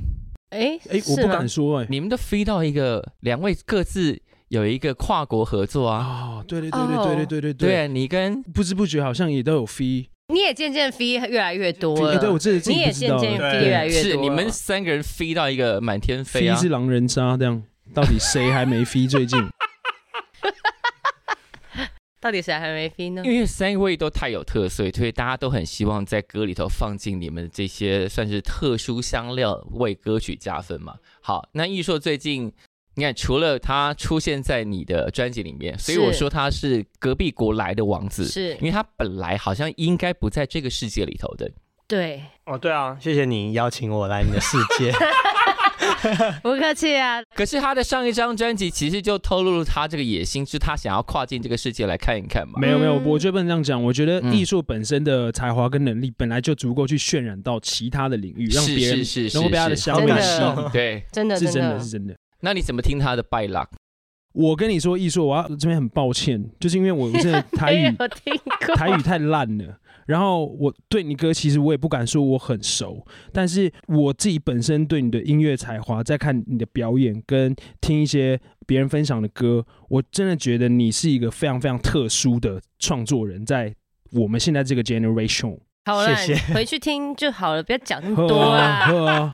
[SPEAKER 2] 哎
[SPEAKER 4] 哎，我
[SPEAKER 2] 是
[SPEAKER 4] 不
[SPEAKER 2] 吗
[SPEAKER 4] 敢说哎，
[SPEAKER 1] 你们都飞到一个，两位各自有一个跨国合作啊。
[SPEAKER 4] 哦，对对对对对对对对
[SPEAKER 1] 对，啊，你跟
[SPEAKER 4] 不知不觉好像也都有 fee，
[SPEAKER 2] 你也渐渐 fee 越来越多
[SPEAKER 4] 哎对我
[SPEAKER 2] 了，
[SPEAKER 4] 这自
[SPEAKER 2] 你
[SPEAKER 4] 己不
[SPEAKER 2] 也
[SPEAKER 4] 知
[SPEAKER 2] 渐
[SPEAKER 4] 道
[SPEAKER 2] 渐
[SPEAKER 4] 哎，
[SPEAKER 3] 对
[SPEAKER 2] fee 越来越多
[SPEAKER 1] 是
[SPEAKER 2] 了，
[SPEAKER 1] 你们三个人飞到一个满天飞
[SPEAKER 4] 飞
[SPEAKER 1] 啊
[SPEAKER 4] 是！狼人杀这样，到底谁还没飞
[SPEAKER 1] (laughs)
[SPEAKER 4] 最近？
[SPEAKER 2] 到底谁还没 fee 呢？
[SPEAKER 1] 因为三位都太有特色，所以大家都很希望在歌里头放进你们这些算是特殊香料，为歌曲加分嘛。好，那艺硕最近，你看除了他出现在你的专辑里面，所以
[SPEAKER 2] 是
[SPEAKER 1] 我说他是隔壁国来的王子，
[SPEAKER 2] 是
[SPEAKER 1] 因为他本来好像应该不在这个世界里头的。
[SPEAKER 2] 对，
[SPEAKER 3] 哦，对啊，谢谢你邀请我来你的世
[SPEAKER 1] (laughs)
[SPEAKER 3] 界。
[SPEAKER 2] 不客气啊，
[SPEAKER 1] 可是他的上一张专辑其实就透露了他这个野心，就是他想要跨进这个世界来看一看嘛。
[SPEAKER 4] 没有没有，
[SPEAKER 2] 嗯
[SPEAKER 4] 我觉得不能这样讲。我觉得
[SPEAKER 1] 嗯
[SPEAKER 4] 艺术本身的才华跟能力本来就足够去渲染到其他的领域，让
[SPEAKER 1] 是
[SPEAKER 4] 别人
[SPEAKER 1] 是是是
[SPEAKER 4] 能够被他的
[SPEAKER 1] 是
[SPEAKER 4] 香味吸
[SPEAKER 2] 真
[SPEAKER 4] 引，
[SPEAKER 3] 的
[SPEAKER 1] 对，
[SPEAKER 2] 真的
[SPEAKER 4] 是真的
[SPEAKER 2] 的
[SPEAKER 4] 是，真的。
[SPEAKER 1] 那你怎么听他的《拜浪》？
[SPEAKER 4] 我跟你说，艺术，我要这边很抱歉，就是因为我
[SPEAKER 2] (laughs)
[SPEAKER 4] 真的台
[SPEAKER 2] 没
[SPEAKER 4] 语
[SPEAKER 2] 有听 (laughs) 过
[SPEAKER 4] 台语太烂了。然后我对你歌，其实我也不敢说我很熟，但是我自己本身对你的音乐才华，在看你的表演跟听一些别人分享的歌，我真的觉得你是一个非常非常特殊的创作人，在我们现在这个 generation。
[SPEAKER 2] 好啦，
[SPEAKER 3] 谢谢
[SPEAKER 2] 你回去听就好了，不要讲那么
[SPEAKER 4] 喝
[SPEAKER 2] 多
[SPEAKER 4] 啊
[SPEAKER 2] 啦。
[SPEAKER 4] 喝啊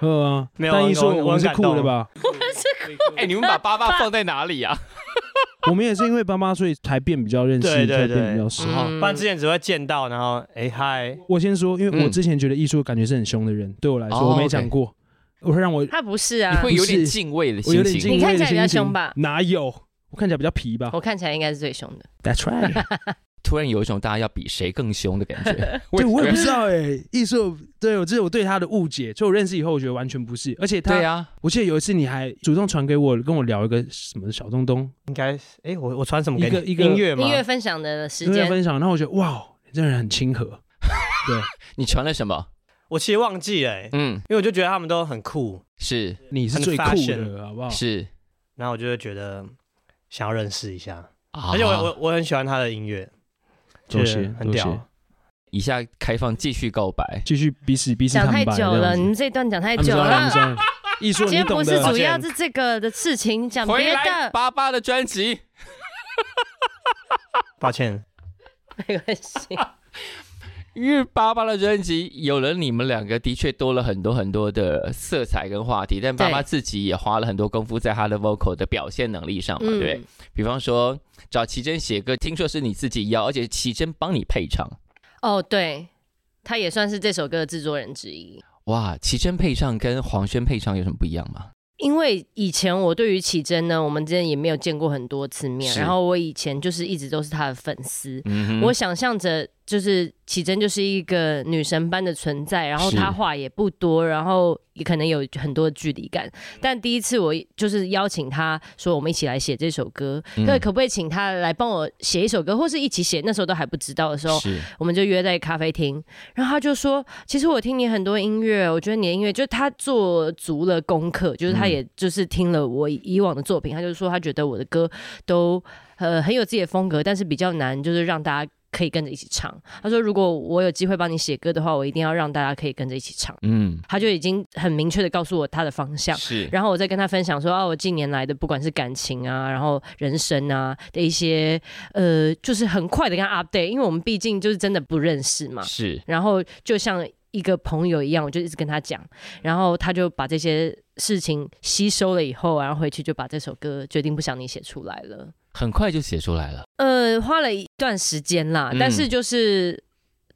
[SPEAKER 4] 喝啊！
[SPEAKER 3] 没有
[SPEAKER 4] 但
[SPEAKER 3] 我
[SPEAKER 4] 一说
[SPEAKER 3] 我
[SPEAKER 4] 我们是
[SPEAKER 3] 感
[SPEAKER 4] 酷
[SPEAKER 3] 动
[SPEAKER 4] 的吧？
[SPEAKER 1] (laughs) 哎、你们把爸爸放在哪里啊？
[SPEAKER 4] 我们也是因为爸妈，所以才变比较认识，
[SPEAKER 3] 对对
[SPEAKER 4] 才变
[SPEAKER 3] 对
[SPEAKER 4] 比较熟。
[SPEAKER 1] 好
[SPEAKER 3] 不然之前只会见到，然后哎嗨，
[SPEAKER 4] 我先说，因为我
[SPEAKER 1] 嗯
[SPEAKER 4] 之前觉得艺术感觉是很凶的人，对我来
[SPEAKER 1] 哦
[SPEAKER 4] 说，我没
[SPEAKER 1] OK
[SPEAKER 4] 讲过，我会让我
[SPEAKER 2] 他不是
[SPEAKER 1] 你
[SPEAKER 2] 啊，
[SPEAKER 1] 会有点
[SPEAKER 4] 不是
[SPEAKER 1] 敬畏的
[SPEAKER 4] 我
[SPEAKER 1] 心
[SPEAKER 4] 有点
[SPEAKER 1] 情
[SPEAKER 4] 敬。畏
[SPEAKER 2] 你看起来
[SPEAKER 4] 的
[SPEAKER 2] 比较
[SPEAKER 4] 心情
[SPEAKER 2] 凶吧
[SPEAKER 4] 哪有？我看起来比较皮吧
[SPEAKER 2] 我看起来应该是最凶的。
[SPEAKER 4] ？That's right。
[SPEAKER 1] 突然有一种大家要比谁更凶的感
[SPEAKER 2] (laughs)
[SPEAKER 1] 觉。
[SPEAKER 4] 对， (laughs) 我也不
[SPEAKER 1] 是。
[SPEAKER 4] 知道哎、艺术，对我这是我对他的误解，就我认识以后，我觉得完全不是，而且他，
[SPEAKER 1] 对啊，
[SPEAKER 4] 我记得有一次你还主动传给我，跟我聊一个什么小东东，
[SPEAKER 3] 应该是哎，我我传什么给
[SPEAKER 4] 一个
[SPEAKER 3] 你？
[SPEAKER 4] 一个
[SPEAKER 3] 音乐吗
[SPEAKER 2] 音？乐分享的时
[SPEAKER 4] 跟人家
[SPEAKER 2] 间，
[SPEAKER 4] 分享，然后我觉得哇，你这个人很亲和，对
[SPEAKER 1] 你传了什么？
[SPEAKER 3] 我其实忘记了，欸
[SPEAKER 1] 嗯，
[SPEAKER 3] 因为我就觉得他们都很酷，
[SPEAKER 1] 是
[SPEAKER 4] 你是
[SPEAKER 3] 很
[SPEAKER 4] 最酷
[SPEAKER 3] fashion
[SPEAKER 4] 的，好不好？
[SPEAKER 1] 是，
[SPEAKER 3] 然后我就会觉得想要认识一下，
[SPEAKER 1] 而
[SPEAKER 3] 而且我我我很喜欢他的音乐，
[SPEAKER 4] 啊多
[SPEAKER 3] 觉
[SPEAKER 4] 谢
[SPEAKER 3] 得很
[SPEAKER 4] 多
[SPEAKER 3] 屌
[SPEAKER 4] 谢。，
[SPEAKER 1] 以下开放继续告白。
[SPEAKER 4] 继续彼此彼此
[SPEAKER 2] 讲
[SPEAKER 4] 坦
[SPEAKER 2] 太
[SPEAKER 4] 白，
[SPEAKER 2] 久了，你这段讲太久了。
[SPEAKER 4] 了。艺术，
[SPEAKER 2] 今
[SPEAKER 4] 你
[SPEAKER 2] 天
[SPEAKER 4] 懂
[SPEAKER 2] 不是
[SPEAKER 4] 的。
[SPEAKER 2] 主要是这个的事情，讲
[SPEAKER 1] 回
[SPEAKER 2] 别
[SPEAKER 1] 来
[SPEAKER 2] 的
[SPEAKER 1] 爸爸的专辑，
[SPEAKER 3] 抱歉，
[SPEAKER 2] 没关系。
[SPEAKER 1] 因为爸爸的专辑有了你们两个，的确多了很多很多的色彩跟话题。但爸爸自己也花了很多功夫在他的 vocal 的表现能力上嘛，对不对
[SPEAKER 2] 嗯，
[SPEAKER 1] 比方说找奇珍写歌，听说是你自己要，而且奇珍帮你配唱。
[SPEAKER 2] 哦，对，他也算是这首歌的制作人之一。
[SPEAKER 1] 哇，奇珍配唱跟黄轩配唱有什么不一样吗？
[SPEAKER 2] 因为以前我对于启真呢，我们之间也没有见过很多次面，
[SPEAKER 1] 是
[SPEAKER 2] 然后我以前就是一直都是他的粉丝，
[SPEAKER 1] 嗯
[SPEAKER 2] 我想象着就是启真就是一个女神般的存在，然后
[SPEAKER 1] 是
[SPEAKER 2] 她话也不多，然后也可能有很多距离感。但第一次我就是邀请她说我们一起来写这首歌，
[SPEAKER 1] 嗯
[SPEAKER 2] 对，可不可以请她来帮我写一首歌，或是一起写？那时候都还不知道的时候，
[SPEAKER 1] 是
[SPEAKER 2] 我们就约在咖啡厅，然后他就说：“其实我听你很多音乐，我觉得你的音乐就是他做足了功课，就是他
[SPEAKER 1] 嗯
[SPEAKER 2] 也就是听了我以以往的作品，他就说他觉得我的歌都呃很有自己的风格，但是比较难，就是让大家可以跟着一起唱。他说如果我有机会帮你写歌的话，我一定要让大家可以跟着一起唱。”
[SPEAKER 1] 嗯
[SPEAKER 2] 他就已经很明确的告诉我他的方向，
[SPEAKER 1] 是
[SPEAKER 2] 然后我再跟他分享说啊，我近年来的不管是感情啊，然后人生啊的一些呃，就是很快的跟他 update，因为我们毕竟就是真的不认识嘛，
[SPEAKER 1] 是
[SPEAKER 2] 然后就像一个朋友一样，我就一直跟他讲，然后他就把这些事情吸收了以后，然后回去就把这首歌《决定不想你》写出来了。
[SPEAKER 1] 很快就写出来了。
[SPEAKER 2] 呃，花了一段时间啦，
[SPEAKER 1] 嗯
[SPEAKER 2] 但是就是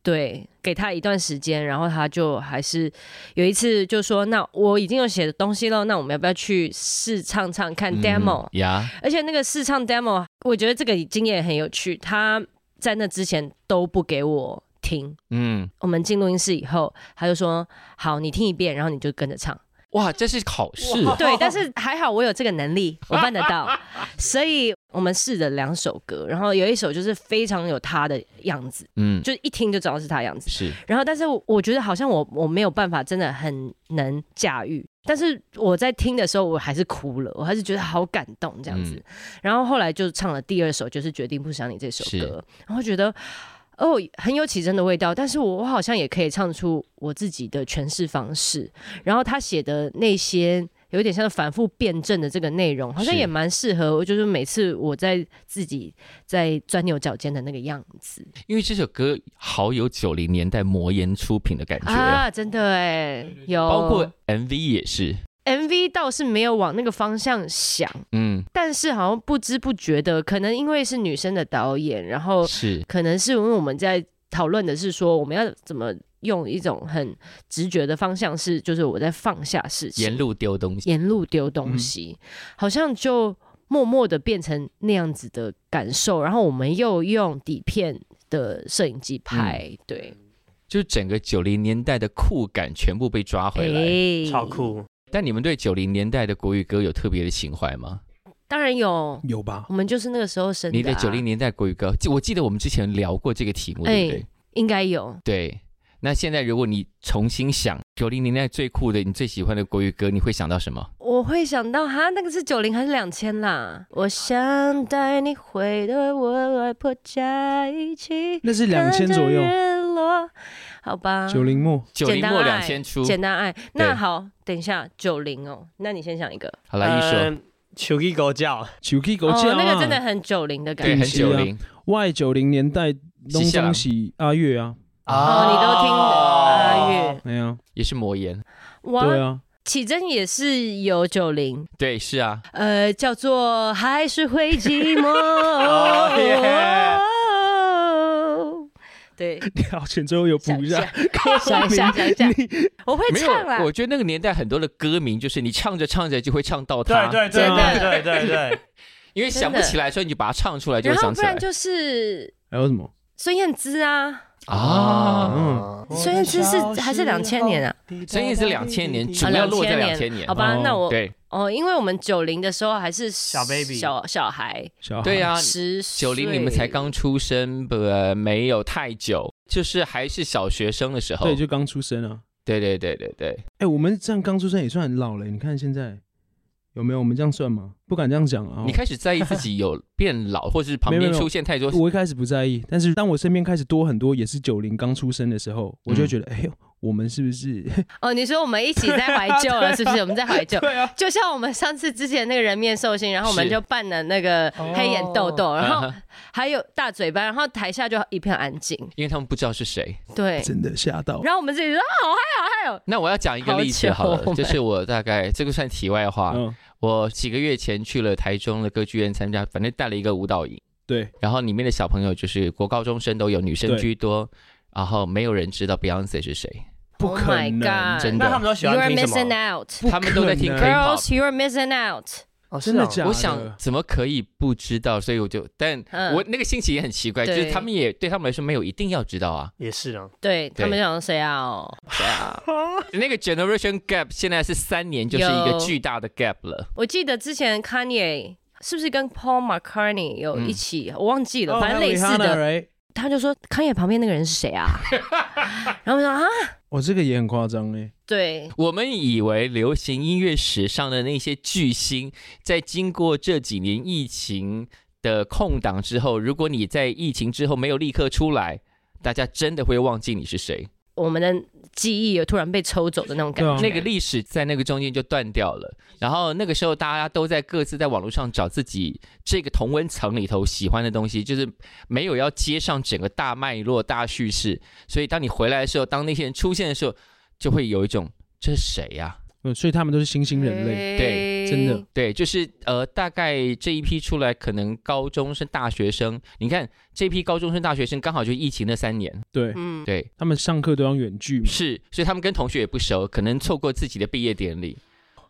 [SPEAKER 2] 对，给他一段时间，然后他就还是有一次就说：“那我已经有写的东西了，那我们要不要去试唱唱看 demo？”、
[SPEAKER 1] 嗯呀，
[SPEAKER 2] 而且那个试唱 demo，我觉得这个经验也很有趣。他在那之前都不给我听，
[SPEAKER 1] 嗯，
[SPEAKER 2] 我们进录音室以后，他就说：“好，你听一遍，然后你就跟着唱。
[SPEAKER 1] 哇，这是考试
[SPEAKER 3] 哇”
[SPEAKER 2] 对，但是还好我有这个能力，我办得到，所以我们试了两首歌，然后有一首就是非常有他的样子，
[SPEAKER 1] 嗯，
[SPEAKER 2] 就一听就知道是他的样子。
[SPEAKER 1] 是
[SPEAKER 2] 然后，但是我我觉得好像我我没有办法，真的很能驾驭。但是我在听的时候，我还是哭了，我还是觉得好感动这样子。
[SPEAKER 1] 嗯
[SPEAKER 2] 然后后来就唱了第二首，就是《决定不想你》这首
[SPEAKER 1] 是
[SPEAKER 2] 歌，然后觉得哦很有起真的味道，但是我我好像也可以唱出我自己的诠释方式。然后他写的那些。有点像反复辩证的这个内容，好像
[SPEAKER 1] 是
[SPEAKER 2] 也蛮适合，就是每次我在自己在钻牛角尖的那个样子
[SPEAKER 1] 因为这首歌好有九零年代魔岩出品的感觉，
[SPEAKER 2] 啊，真的哎，有
[SPEAKER 1] 包括 MV 也是，
[SPEAKER 2] MV 倒是没有往那个方向想，
[SPEAKER 1] 嗯，
[SPEAKER 2] 但是好像不知不觉的，可能因为是女生的导演，然后
[SPEAKER 1] 是
[SPEAKER 2] 可能是因为我们在讨论的是说我们要怎么用一种很直觉的方向是，就是我在放下事情，
[SPEAKER 1] 沿路嗯丢东西，
[SPEAKER 2] 沿路丢东西，好像就默默的变成那样子的感受，然后我们又用底片的摄影机拍，
[SPEAKER 1] 嗯
[SPEAKER 2] 对，
[SPEAKER 1] 就是整个九零年代的酷感全部被抓回来。
[SPEAKER 2] 哎
[SPEAKER 3] 超，酷。
[SPEAKER 1] 但你们对九零年代的国语歌有特别的情怀吗？
[SPEAKER 2] 当然有，
[SPEAKER 4] 有吧
[SPEAKER 2] 我？们就是那个时候生
[SPEAKER 1] 你
[SPEAKER 2] 的、
[SPEAKER 1] 的
[SPEAKER 2] 啊，
[SPEAKER 1] 九零年代国语歌，记我记得我们之前聊过这个题目，对不对？
[SPEAKER 2] 应该有。
[SPEAKER 1] 对。那现在如果你重新想九零年代最酷的，你最喜欢的国语歌，你会想到什么？
[SPEAKER 2] 我会想到哈，那个是九零还是两千啦？我想带你回到我外婆家，一起
[SPEAKER 4] 那是两千左右
[SPEAKER 2] 看着，日落，好吧？
[SPEAKER 4] 九零末。
[SPEAKER 1] 九
[SPEAKER 2] 简
[SPEAKER 1] 零
[SPEAKER 2] 单
[SPEAKER 1] 末两
[SPEAKER 2] 爱
[SPEAKER 1] 千出，
[SPEAKER 2] 简单爱。那
[SPEAKER 1] 对
[SPEAKER 2] 好，等一下九零哦，那你先想一个。
[SPEAKER 1] 好来一说，
[SPEAKER 4] 呃
[SPEAKER 2] 呃
[SPEAKER 3] 嗯，求一狗叫，
[SPEAKER 4] 手机狗
[SPEAKER 2] 哦
[SPEAKER 4] 叫，
[SPEAKER 2] 那个真的很九零的感
[SPEAKER 1] 对，很
[SPEAKER 2] 觉。
[SPEAKER 4] 顶级啊
[SPEAKER 1] 九零。
[SPEAKER 4] Y 九零年代东中喜阿月啊，哎
[SPEAKER 2] 哦，你都听啊阿月，
[SPEAKER 4] 没有？
[SPEAKER 1] 也是魔岩，
[SPEAKER 4] 对
[SPEAKER 2] 哇，
[SPEAKER 4] 啊，
[SPEAKER 2] 启真也是有九零，
[SPEAKER 1] 对，是啊，
[SPEAKER 2] 呃，叫做还是会寂
[SPEAKER 4] (laughs)
[SPEAKER 2] 寞。
[SPEAKER 4] 哦
[SPEAKER 3] 耶
[SPEAKER 2] 对，
[SPEAKER 4] 好，前奏有补
[SPEAKER 2] 想
[SPEAKER 4] 一
[SPEAKER 2] 一
[SPEAKER 4] 下
[SPEAKER 2] 下，，
[SPEAKER 1] (laughs)
[SPEAKER 2] 想一下，想一下， (laughs) 我会
[SPEAKER 1] 没有
[SPEAKER 2] 唱啊啦，。
[SPEAKER 1] 我觉得那个年代很多的歌名，就是你唱着唱着就会唱到它，
[SPEAKER 3] 对对对
[SPEAKER 2] 真的
[SPEAKER 3] 对对对对，
[SPEAKER 1] 因为想不起来，所以你就把它唱出来，就
[SPEAKER 2] 然
[SPEAKER 1] 会
[SPEAKER 2] 后
[SPEAKER 1] 想
[SPEAKER 2] 不
[SPEAKER 1] 起来
[SPEAKER 2] 然。就是
[SPEAKER 4] 还有什么？
[SPEAKER 2] 孙燕姿啊，
[SPEAKER 1] 啊。
[SPEAKER 4] 哦
[SPEAKER 3] 嗯，
[SPEAKER 2] 孙燕姿是还是两千年啊？
[SPEAKER 1] 所以是两千年，主
[SPEAKER 2] 啊
[SPEAKER 1] 要落在两
[SPEAKER 2] 2000
[SPEAKER 1] 千年
[SPEAKER 2] 好。吧，
[SPEAKER 4] 哦
[SPEAKER 2] 那我
[SPEAKER 1] 对
[SPEAKER 2] 哦，因为我们九零的时候还是小
[SPEAKER 3] baby
[SPEAKER 2] 小小孩，
[SPEAKER 4] 小
[SPEAKER 1] 对
[SPEAKER 4] 呀，
[SPEAKER 1] 啊，
[SPEAKER 2] 十
[SPEAKER 1] 九零你们才
[SPEAKER 2] 岁
[SPEAKER 1] 刚出生，不没有太久，就是还是小学生的时候。
[SPEAKER 4] 对，就刚出生啊。
[SPEAKER 1] 对对对对对，
[SPEAKER 4] 哎，我们这样刚出生也算很老了，欸你看现在有没有？我们这样算吗？不敢这样讲啊。
[SPEAKER 1] 你开始在意自己有变老，或是旁
[SPEAKER 4] 没有
[SPEAKER 1] 边
[SPEAKER 4] 没有
[SPEAKER 1] 出现太多
[SPEAKER 4] 我一开始不在意，但是当我身边开始多很多也是九零刚出生的时候，我就会
[SPEAKER 1] 嗯
[SPEAKER 4] 觉得，哎呦，我们是不是？
[SPEAKER 2] 哦，你说我们一起在
[SPEAKER 1] (laughs)
[SPEAKER 2] 怀旧
[SPEAKER 1] 啊
[SPEAKER 2] 了，是不是？我们在怀旧。
[SPEAKER 4] 对啊，
[SPEAKER 2] 就像我们上次之前那个人面兽心，然后我们
[SPEAKER 1] 是
[SPEAKER 2] 就扮了那个黑眼豆豆，然后
[SPEAKER 1] 啊哈
[SPEAKER 2] 还有大嘴巴，然后台下就一片安静。
[SPEAKER 1] 因为他们不知道是谁。
[SPEAKER 2] 对，
[SPEAKER 4] 真的吓
[SPEAKER 1] 哦
[SPEAKER 4] 到。
[SPEAKER 2] 然后我们自己说啊，好嗨，好嗨哦。
[SPEAKER 1] 那我要讲一个例子好
[SPEAKER 2] 好糗
[SPEAKER 1] 了，
[SPEAKER 2] 我们
[SPEAKER 1] 就是我大概这个算题外话。
[SPEAKER 4] 嗯，
[SPEAKER 1] 我几个月前去了台中的歌剧院参加，反正带了一个舞蹈营，
[SPEAKER 4] 对，
[SPEAKER 1] 然后里面的小朋友就是国高中生都有，女生
[SPEAKER 4] 对
[SPEAKER 1] 居多，然后没有人知道 Beyonce 是谁，
[SPEAKER 4] 不可
[SPEAKER 2] Oh
[SPEAKER 4] 能
[SPEAKER 2] my god
[SPEAKER 1] 真
[SPEAKER 3] 那他
[SPEAKER 1] 的
[SPEAKER 3] 们，都喜
[SPEAKER 2] You are
[SPEAKER 3] 欢听什
[SPEAKER 2] missing
[SPEAKER 3] 么？
[SPEAKER 2] out,
[SPEAKER 4] 不
[SPEAKER 1] 他们都在听
[SPEAKER 4] 可
[SPEAKER 1] K-pop。
[SPEAKER 2] girls. You are missing out.
[SPEAKER 3] 哦
[SPEAKER 4] 真的
[SPEAKER 3] 是
[SPEAKER 4] 假
[SPEAKER 3] 哦
[SPEAKER 4] 的？
[SPEAKER 1] 我想怎么可以不知道，所以我就，但
[SPEAKER 2] 嗯
[SPEAKER 1] 我那个心情也很奇怪，就
[SPEAKER 2] 对
[SPEAKER 1] 是他们也对他们来说没有一定要知道啊。
[SPEAKER 3] 也是啊，
[SPEAKER 2] 对他
[SPEAKER 1] 对
[SPEAKER 2] 们就想说谁啊？哦谁啊？
[SPEAKER 1] 那个 generation gap 现在是三年，就是一个
[SPEAKER 2] 有
[SPEAKER 1] 巨大的 gap 了。
[SPEAKER 2] 我记得之前 Kanye 是不是跟 Paul McCartney 有
[SPEAKER 1] 嗯
[SPEAKER 2] 一起？我忘记了，
[SPEAKER 4] 哦
[SPEAKER 2] 反正类似，
[SPEAKER 4] 还有 Rihanna，
[SPEAKER 2] 的。
[SPEAKER 4] right？
[SPEAKER 2] 他就说 Kanye 旁边那个人是谁啊？然后我说啊，
[SPEAKER 4] 哦，这个也很夸张哎。
[SPEAKER 2] 对，
[SPEAKER 1] 我们以为流行音乐史上的那些巨星，在经过这几年疫情的空档之后，如果你在疫情之后没有立刻出来，大家真的会忘记你是谁。
[SPEAKER 2] 我们的记忆有突然被抽走的那种感觉。
[SPEAKER 4] 对
[SPEAKER 1] 那个历史在那个中间就断掉了。然后那个时候大家都在各自在网络上找自己这个同温层里头喜欢的东西，就是没有要接上整个大脉络、大叙事。所以当你回来的时候，当那些人出现的时候，就会有一种这是谁啊呀、
[SPEAKER 4] 嗯，所以他们都是新兴人
[SPEAKER 2] 嗯
[SPEAKER 4] 类。
[SPEAKER 2] 哎
[SPEAKER 1] 对
[SPEAKER 4] 真的
[SPEAKER 1] 对，就是呃，大概这一批出来，可能高中生、大学生。你看这批高中生、大学生，刚好就疫情那三年，
[SPEAKER 4] 对
[SPEAKER 2] 嗯，
[SPEAKER 1] 对，
[SPEAKER 4] 他们上课都要远距嘛。
[SPEAKER 1] 是，所以他们跟同学也不熟，可能错过自己的毕业典礼。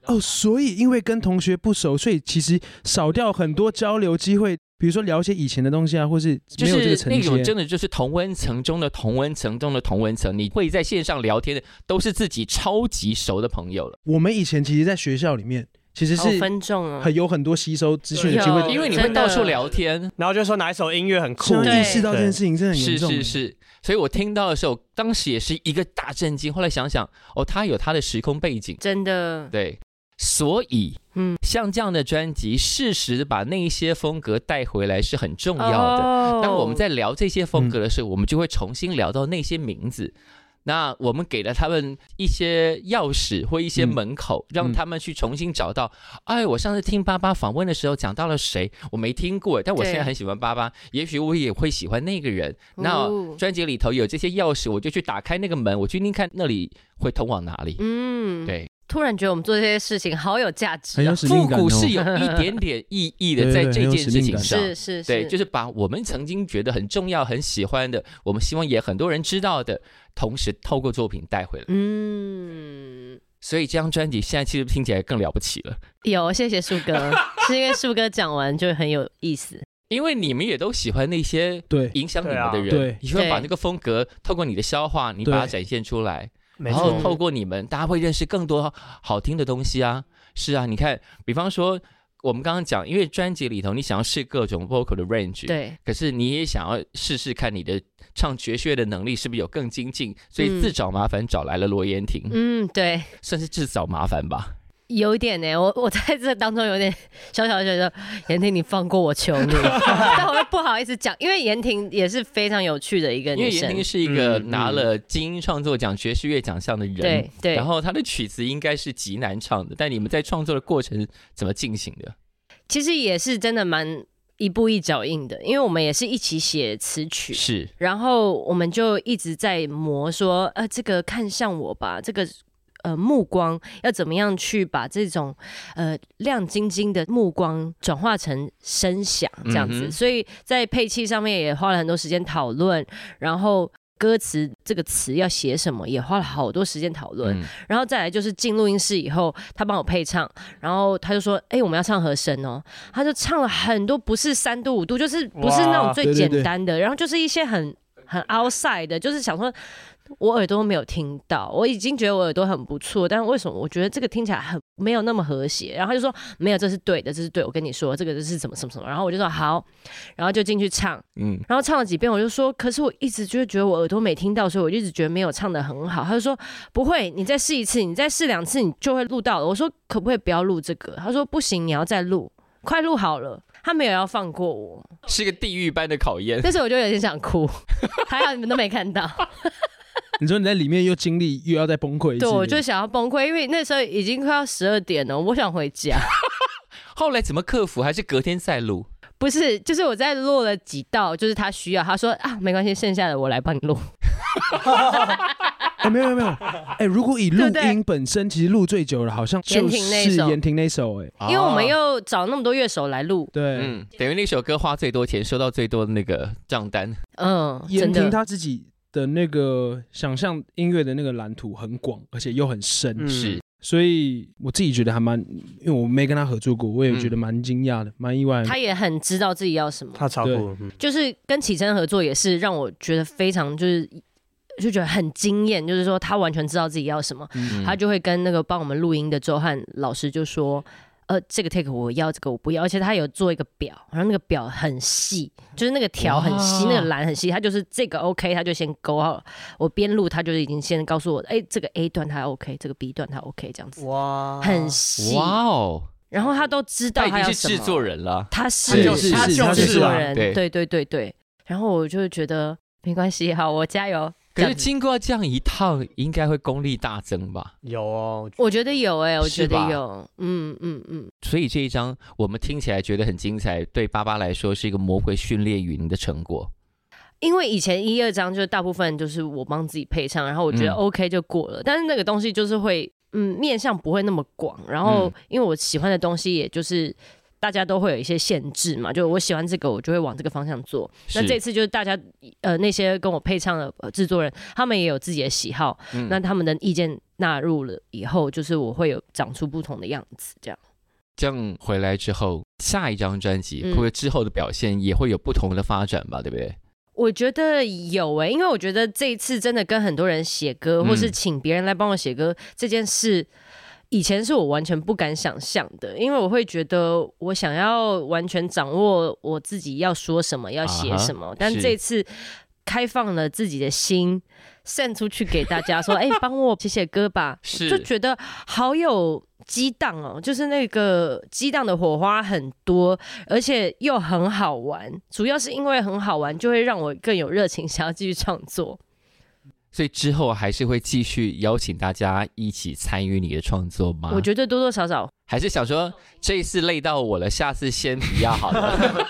[SPEAKER 4] 哦，所以因为跟同学不熟，所以其实少掉很多交流机会，比如说聊一些以前的东西啊，或是
[SPEAKER 1] 就
[SPEAKER 4] 没有这
[SPEAKER 1] 是
[SPEAKER 4] 个承
[SPEAKER 1] 那种
[SPEAKER 4] 接。
[SPEAKER 1] 真的就是同温层中的同温层中的同温层，你会在线上聊天的都是自己超级熟的朋友了，
[SPEAKER 4] 我们以前其实，在学校里面其实
[SPEAKER 2] 好
[SPEAKER 4] 是
[SPEAKER 2] 分众哦。
[SPEAKER 4] 很有很多吸收资讯的机会
[SPEAKER 2] 有，
[SPEAKER 1] 因为你会
[SPEAKER 2] 真的
[SPEAKER 1] 到处聊天。
[SPEAKER 3] 然后就说哪一首音乐很酷
[SPEAKER 4] 突，然
[SPEAKER 2] 对
[SPEAKER 4] 意识到这件事情真的很严
[SPEAKER 1] 是
[SPEAKER 4] 重。欸
[SPEAKER 1] 是是，所以我听到的时候，当时也是一个大震惊。后来想想，哦，他有他的时空背景，
[SPEAKER 2] 真的，
[SPEAKER 1] 对，所以
[SPEAKER 2] 嗯，
[SPEAKER 1] 像这样的专辑，适时地把那一些风格带回来是很重要的。
[SPEAKER 2] 哦
[SPEAKER 1] 当我们在聊这些风格的时候，我们就会重新聊到那些名字。那我们给了他们一些钥匙或一些门口，
[SPEAKER 2] 嗯
[SPEAKER 1] 让他们去重新找到。哎，我上次听爸爸访问的时候讲到了谁，我没听过，但我
[SPEAKER 2] 对
[SPEAKER 1] 现在很喜欢爸爸，也许我也会喜欢那个人。那
[SPEAKER 2] 哦
[SPEAKER 1] 专辑里头有这些钥匙，我就去打开那个门，我去听看那里会通往哪里。
[SPEAKER 2] 嗯，
[SPEAKER 1] 对，
[SPEAKER 2] 突然觉得我们做这些事情好有价值
[SPEAKER 4] 很有
[SPEAKER 2] 哦，
[SPEAKER 4] 使
[SPEAKER 1] 复
[SPEAKER 4] 命感、哦。
[SPEAKER 1] 古是有一点点意义的，
[SPEAKER 4] (laughs) 对
[SPEAKER 1] 在
[SPEAKER 4] 对
[SPEAKER 1] 这
[SPEAKER 4] 很有
[SPEAKER 1] 件
[SPEAKER 4] 使
[SPEAKER 1] 事
[SPEAKER 4] 命
[SPEAKER 1] 情
[SPEAKER 4] 感
[SPEAKER 1] 上。
[SPEAKER 2] 是是是，
[SPEAKER 1] 啊对，就是把我们曾经觉得很重要、很喜欢的，我们希望也很多人知道的，同时透过作品带回来。
[SPEAKER 2] 嗯，
[SPEAKER 1] 所以这张专辑现在其实听起来更了不起了，
[SPEAKER 2] 有谢谢树哥，是因为树哥讲完就很有意思，
[SPEAKER 1] 因为你们也都喜欢那些
[SPEAKER 4] 对，
[SPEAKER 1] 影响你们的
[SPEAKER 3] 对啊
[SPEAKER 1] 人，
[SPEAKER 4] 对
[SPEAKER 1] 你会把
[SPEAKER 2] 对
[SPEAKER 1] 那个风格透过你的消化，你
[SPEAKER 4] 对
[SPEAKER 1] 把它展现出来，
[SPEAKER 3] 没
[SPEAKER 1] 然
[SPEAKER 3] 错
[SPEAKER 1] 后，透过你们，大家会认识更多好听的东西啊。是啊，你看，比方说我们刚刚讲，因为专辑里头你想要试各种 vocal 的 range，
[SPEAKER 2] 对，
[SPEAKER 1] 可是你也想要试试看你的唱爵士乐的能力是不是有更精进，所以自找麻烦找来了罗延婷，
[SPEAKER 2] 嗯，对。
[SPEAKER 1] 算是自找麻烦吧。
[SPEAKER 2] 有一点呢、我我在这当中有点小小的觉得，妍婷你放过我求你， (laughs) 但我又不好意思讲，因为妍婷也是非常有趣的一个
[SPEAKER 1] 因为
[SPEAKER 2] 女
[SPEAKER 1] 延
[SPEAKER 2] 生
[SPEAKER 1] 婷，是一个
[SPEAKER 3] 嗯
[SPEAKER 1] 拿了金音创作奖、爵士乐奖项的人，
[SPEAKER 2] 对对，
[SPEAKER 1] 然后她的曲子应该是极难唱的，但你们在创作的过程怎么进行的？
[SPEAKER 2] 其实也是真的蛮一步一脚印的，因为我们也是一起写词曲，
[SPEAKER 1] 是
[SPEAKER 2] 然后我们就一直在磨说，呃，这个看向我吧，这个呃目光要怎么样去把这种呃亮晶晶的目光转化成声响这样
[SPEAKER 1] 嗯
[SPEAKER 2] 子，
[SPEAKER 1] 哼
[SPEAKER 2] 所以在配器上面也花了很多时间讨论，然后。歌词这个词要写什么，也花了好多时间讨论。然后再来就是进录音室以后，他帮我配唱，然后他就说：“哎、我们要唱和声哦。”他就唱了很多不是三度五度，就是不是那种
[SPEAKER 3] 哇
[SPEAKER 2] 最
[SPEAKER 4] 对对
[SPEAKER 2] 简
[SPEAKER 4] 对
[SPEAKER 2] 单的，然后就是一些很很 outside 的，就是想说。我耳朵没有听到，我已经觉得我耳朵很不错，但为什么我觉得这个听起来很没有那么和谐？然后他就说没有，这是对的，这是对，我跟你说这个是怎么什么什么，然后我就说好，然后就进去唱，
[SPEAKER 1] 嗯，
[SPEAKER 2] 然后唱了几遍，我就说，可是我一直就觉得我耳朵没听到，所以我就一直觉得没有唱的很好。他就说不会，你再试一次，你再试两次，你就会录到了。我说可不可以不要录这个？他说不行，你要再录，快录好了。他没有要放过我，
[SPEAKER 1] 是一个地狱般的考
[SPEAKER 2] (laughs)
[SPEAKER 1] 验。
[SPEAKER 2] 但是我就有点想哭，还好你们都没看到。
[SPEAKER 4] 你说你在里面又经历，又要再崩溃一次，
[SPEAKER 2] 对，我就想要崩溃，因为那时候已经快要十二点了，我想回家。 (laughs)
[SPEAKER 1] 后来怎么克服？还是隔天再录？
[SPEAKER 2] 不是，就是我在录了几道，就是他需要，他说啊，没关系，剩下的我来帮你录。
[SPEAKER 4] 哎、没有
[SPEAKER 2] (laughs)
[SPEAKER 4] 没有没有，哎、如果以录
[SPEAKER 2] 对不对
[SPEAKER 4] 音本身，其实录最久了，好像
[SPEAKER 2] 言
[SPEAKER 4] 就
[SPEAKER 2] 情那
[SPEAKER 4] 是
[SPEAKER 2] 首
[SPEAKER 4] 言婷那首、哎，
[SPEAKER 2] 因为我们
[SPEAKER 1] 哦
[SPEAKER 2] 又找那么多乐手来录，
[SPEAKER 4] 对，
[SPEAKER 1] 嗯，等于那首歌花最多钱，收到最多的那个账单。哦
[SPEAKER 2] 嗯，真
[SPEAKER 4] 言
[SPEAKER 2] 的
[SPEAKER 4] 婷。她自己的那个想象音乐的那个蓝图很广，而且又很深，
[SPEAKER 3] 嗯
[SPEAKER 1] 是，
[SPEAKER 4] 所以我自己觉得还蛮，因为我没跟她合作过，我也
[SPEAKER 1] 嗯
[SPEAKER 4] 觉得蛮惊讶的，蛮、意外的
[SPEAKER 2] 他。也很知道自己要什么。
[SPEAKER 3] 他超
[SPEAKER 4] 对
[SPEAKER 3] 酷，嗯
[SPEAKER 2] 就是跟启琛合作也是让我觉得非常就是就觉得很惊艳，就是说他完全知道自己要什么，
[SPEAKER 1] 嗯
[SPEAKER 2] 他就会跟那个帮我们录音的周汉老师就说。呃，这个 take 我要，这个我不要，而且他有做一个表，然后那个表很细，就是那个条很细，
[SPEAKER 1] 哇
[SPEAKER 2] 那个栏很细，他就是这个 OK，他就先勾好了。我边录，他就已经先告诉我，哎，这个 A 段他 OK，这个 B 段他 OK，这样
[SPEAKER 3] 嗯
[SPEAKER 2] 子
[SPEAKER 3] 哇
[SPEAKER 2] 很细，
[SPEAKER 1] 哇哦，
[SPEAKER 2] 然后他都知道
[SPEAKER 1] 他已
[SPEAKER 2] 他
[SPEAKER 1] 经
[SPEAKER 2] 要
[SPEAKER 1] 是
[SPEAKER 2] 什
[SPEAKER 1] 制
[SPEAKER 2] 么。
[SPEAKER 1] 作人了。
[SPEAKER 2] 他
[SPEAKER 1] 他
[SPEAKER 2] 是
[SPEAKER 1] 就是
[SPEAKER 2] 他
[SPEAKER 3] 他就是
[SPEAKER 2] 制作
[SPEAKER 3] 啊
[SPEAKER 2] 人，
[SPEAKER 1] 对
[SPEAKER 2] 对对对对。然后我就觉得没关系，好，我加油。
[SPEAKER 1] 可
[SPEAKER 2] 这
[SPEAKER 1] 是
[SPEAKER 2] 样子
[SPEAKER 1] 经过这样一趟，应该会功力大增吧？
[SPEAKER 3] 有哦，
[SPEAKER 2] 我觉得有哎、我觉
[SPEAKER 1] 是吧
[SPEAKER 2] 得有，嗯嗯嗯，
[SPEAKER 1] 所以这一章我们听起来觉得很精彩，对爸爸来说是一个魔鬼训练营的成果。
[SPEAKER 2] 因为以前一二章就是大部分就是我帮自己配唱，然后我觉得
[SPEAKER 1] 嗯
[SPEAKER 2] OK 就过了，但是那个东西就是会，嗯，面向不会那么广，然后
[SPEAKER 1] 嗯
[SPEAKER 2] 因为我喜欢的东西也就是。大家都会有一些限制嘛，就我喜欢这个，我就会往这个方向做。那
[SPEAKER 1] 是
[SPEAKER 2] 这次就是大家呃那些跟我配唱的呃制作人，他们也有自己的喜好，
[SPEAKER 1] 嗯
[SPEAKER 2] 那他们的意见纳入了以后，就是我会有长出不同的样子，这样。
[SPEAKER 1] 这样回来之后，下一张专辑
[SPEAKER 2] 嗯
[SPEAKER 1] 或者之后的表现也会有不同的发展吧？对不对？
[SPEAKER 2] 我觉得有诶、因为我觉得这一次真的跟很多人写歌，
[SPEAKER 1] 嗯
[SPEAKER 2] 或是请别人来帮我写歌、这件事，以前是我完全不敢想象的，因为我会觉得我想要完全掌握我自己要说什么，要写什么，但
[SPEAKER 1] 啊是
[SPEAKER 2] 这次开放了自己的心，散出去给大家说，哎、帮我写写歌吧，
[SPEAKER 1] 是
[SPEAKER 2] 就觉得好有激荡哦，就是那个激荡的火花很多，而且又很好玩。主要是因为很好玩，就会让我更有热情，想要继续创作。
[SPEAKER 1] 所以之后还是会继续邀请大家一起参与你的创作吗？
[SPEAKER 2] 我觉得多多少少，
[SPEAKER 1] 还是想说这一次累到我了，下次先不要好了。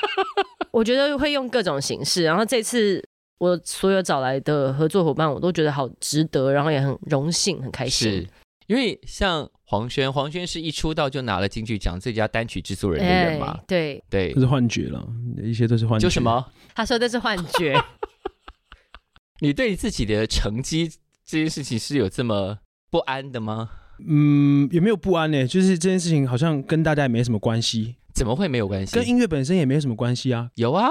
[SPEAKER 2] 我觉得会用各种形式。然后这次我所有找来的合作伙伴，我都觉得好值得，然后也很荣幸，很开
[SPEAKER 1] 是
[SPEAKER 2] 心。
[SPEAKER 1] 因为像黄轩，黄轩是一出道就拿了金曲奖最佳单曲制作人的人嘛？
[SPEAKER 2] 哎对，
[SPEAKER 1] 对
[SPEAKER 4] 都，是幻觉了，一切都是幻觉。
[SPEAKER 1] 就什？么？
[SPEAKER 2] 他说这是幻觉。
[SPEAKER 1] 你对自己的成绩这件事情是有这么不安的吗？
[SPEAKER 4] 嗯，也没有不安呢、就是这件事情好像跟大家也没什么关系，
[SPEAKER 1] 怎么会没有关
[SPEAKER 4] 跟
[SPEAKER 1] 系？
[SPEAKER 4] 音乐本身也没有什么关系啊。
[SPEAKER 1] 有啊，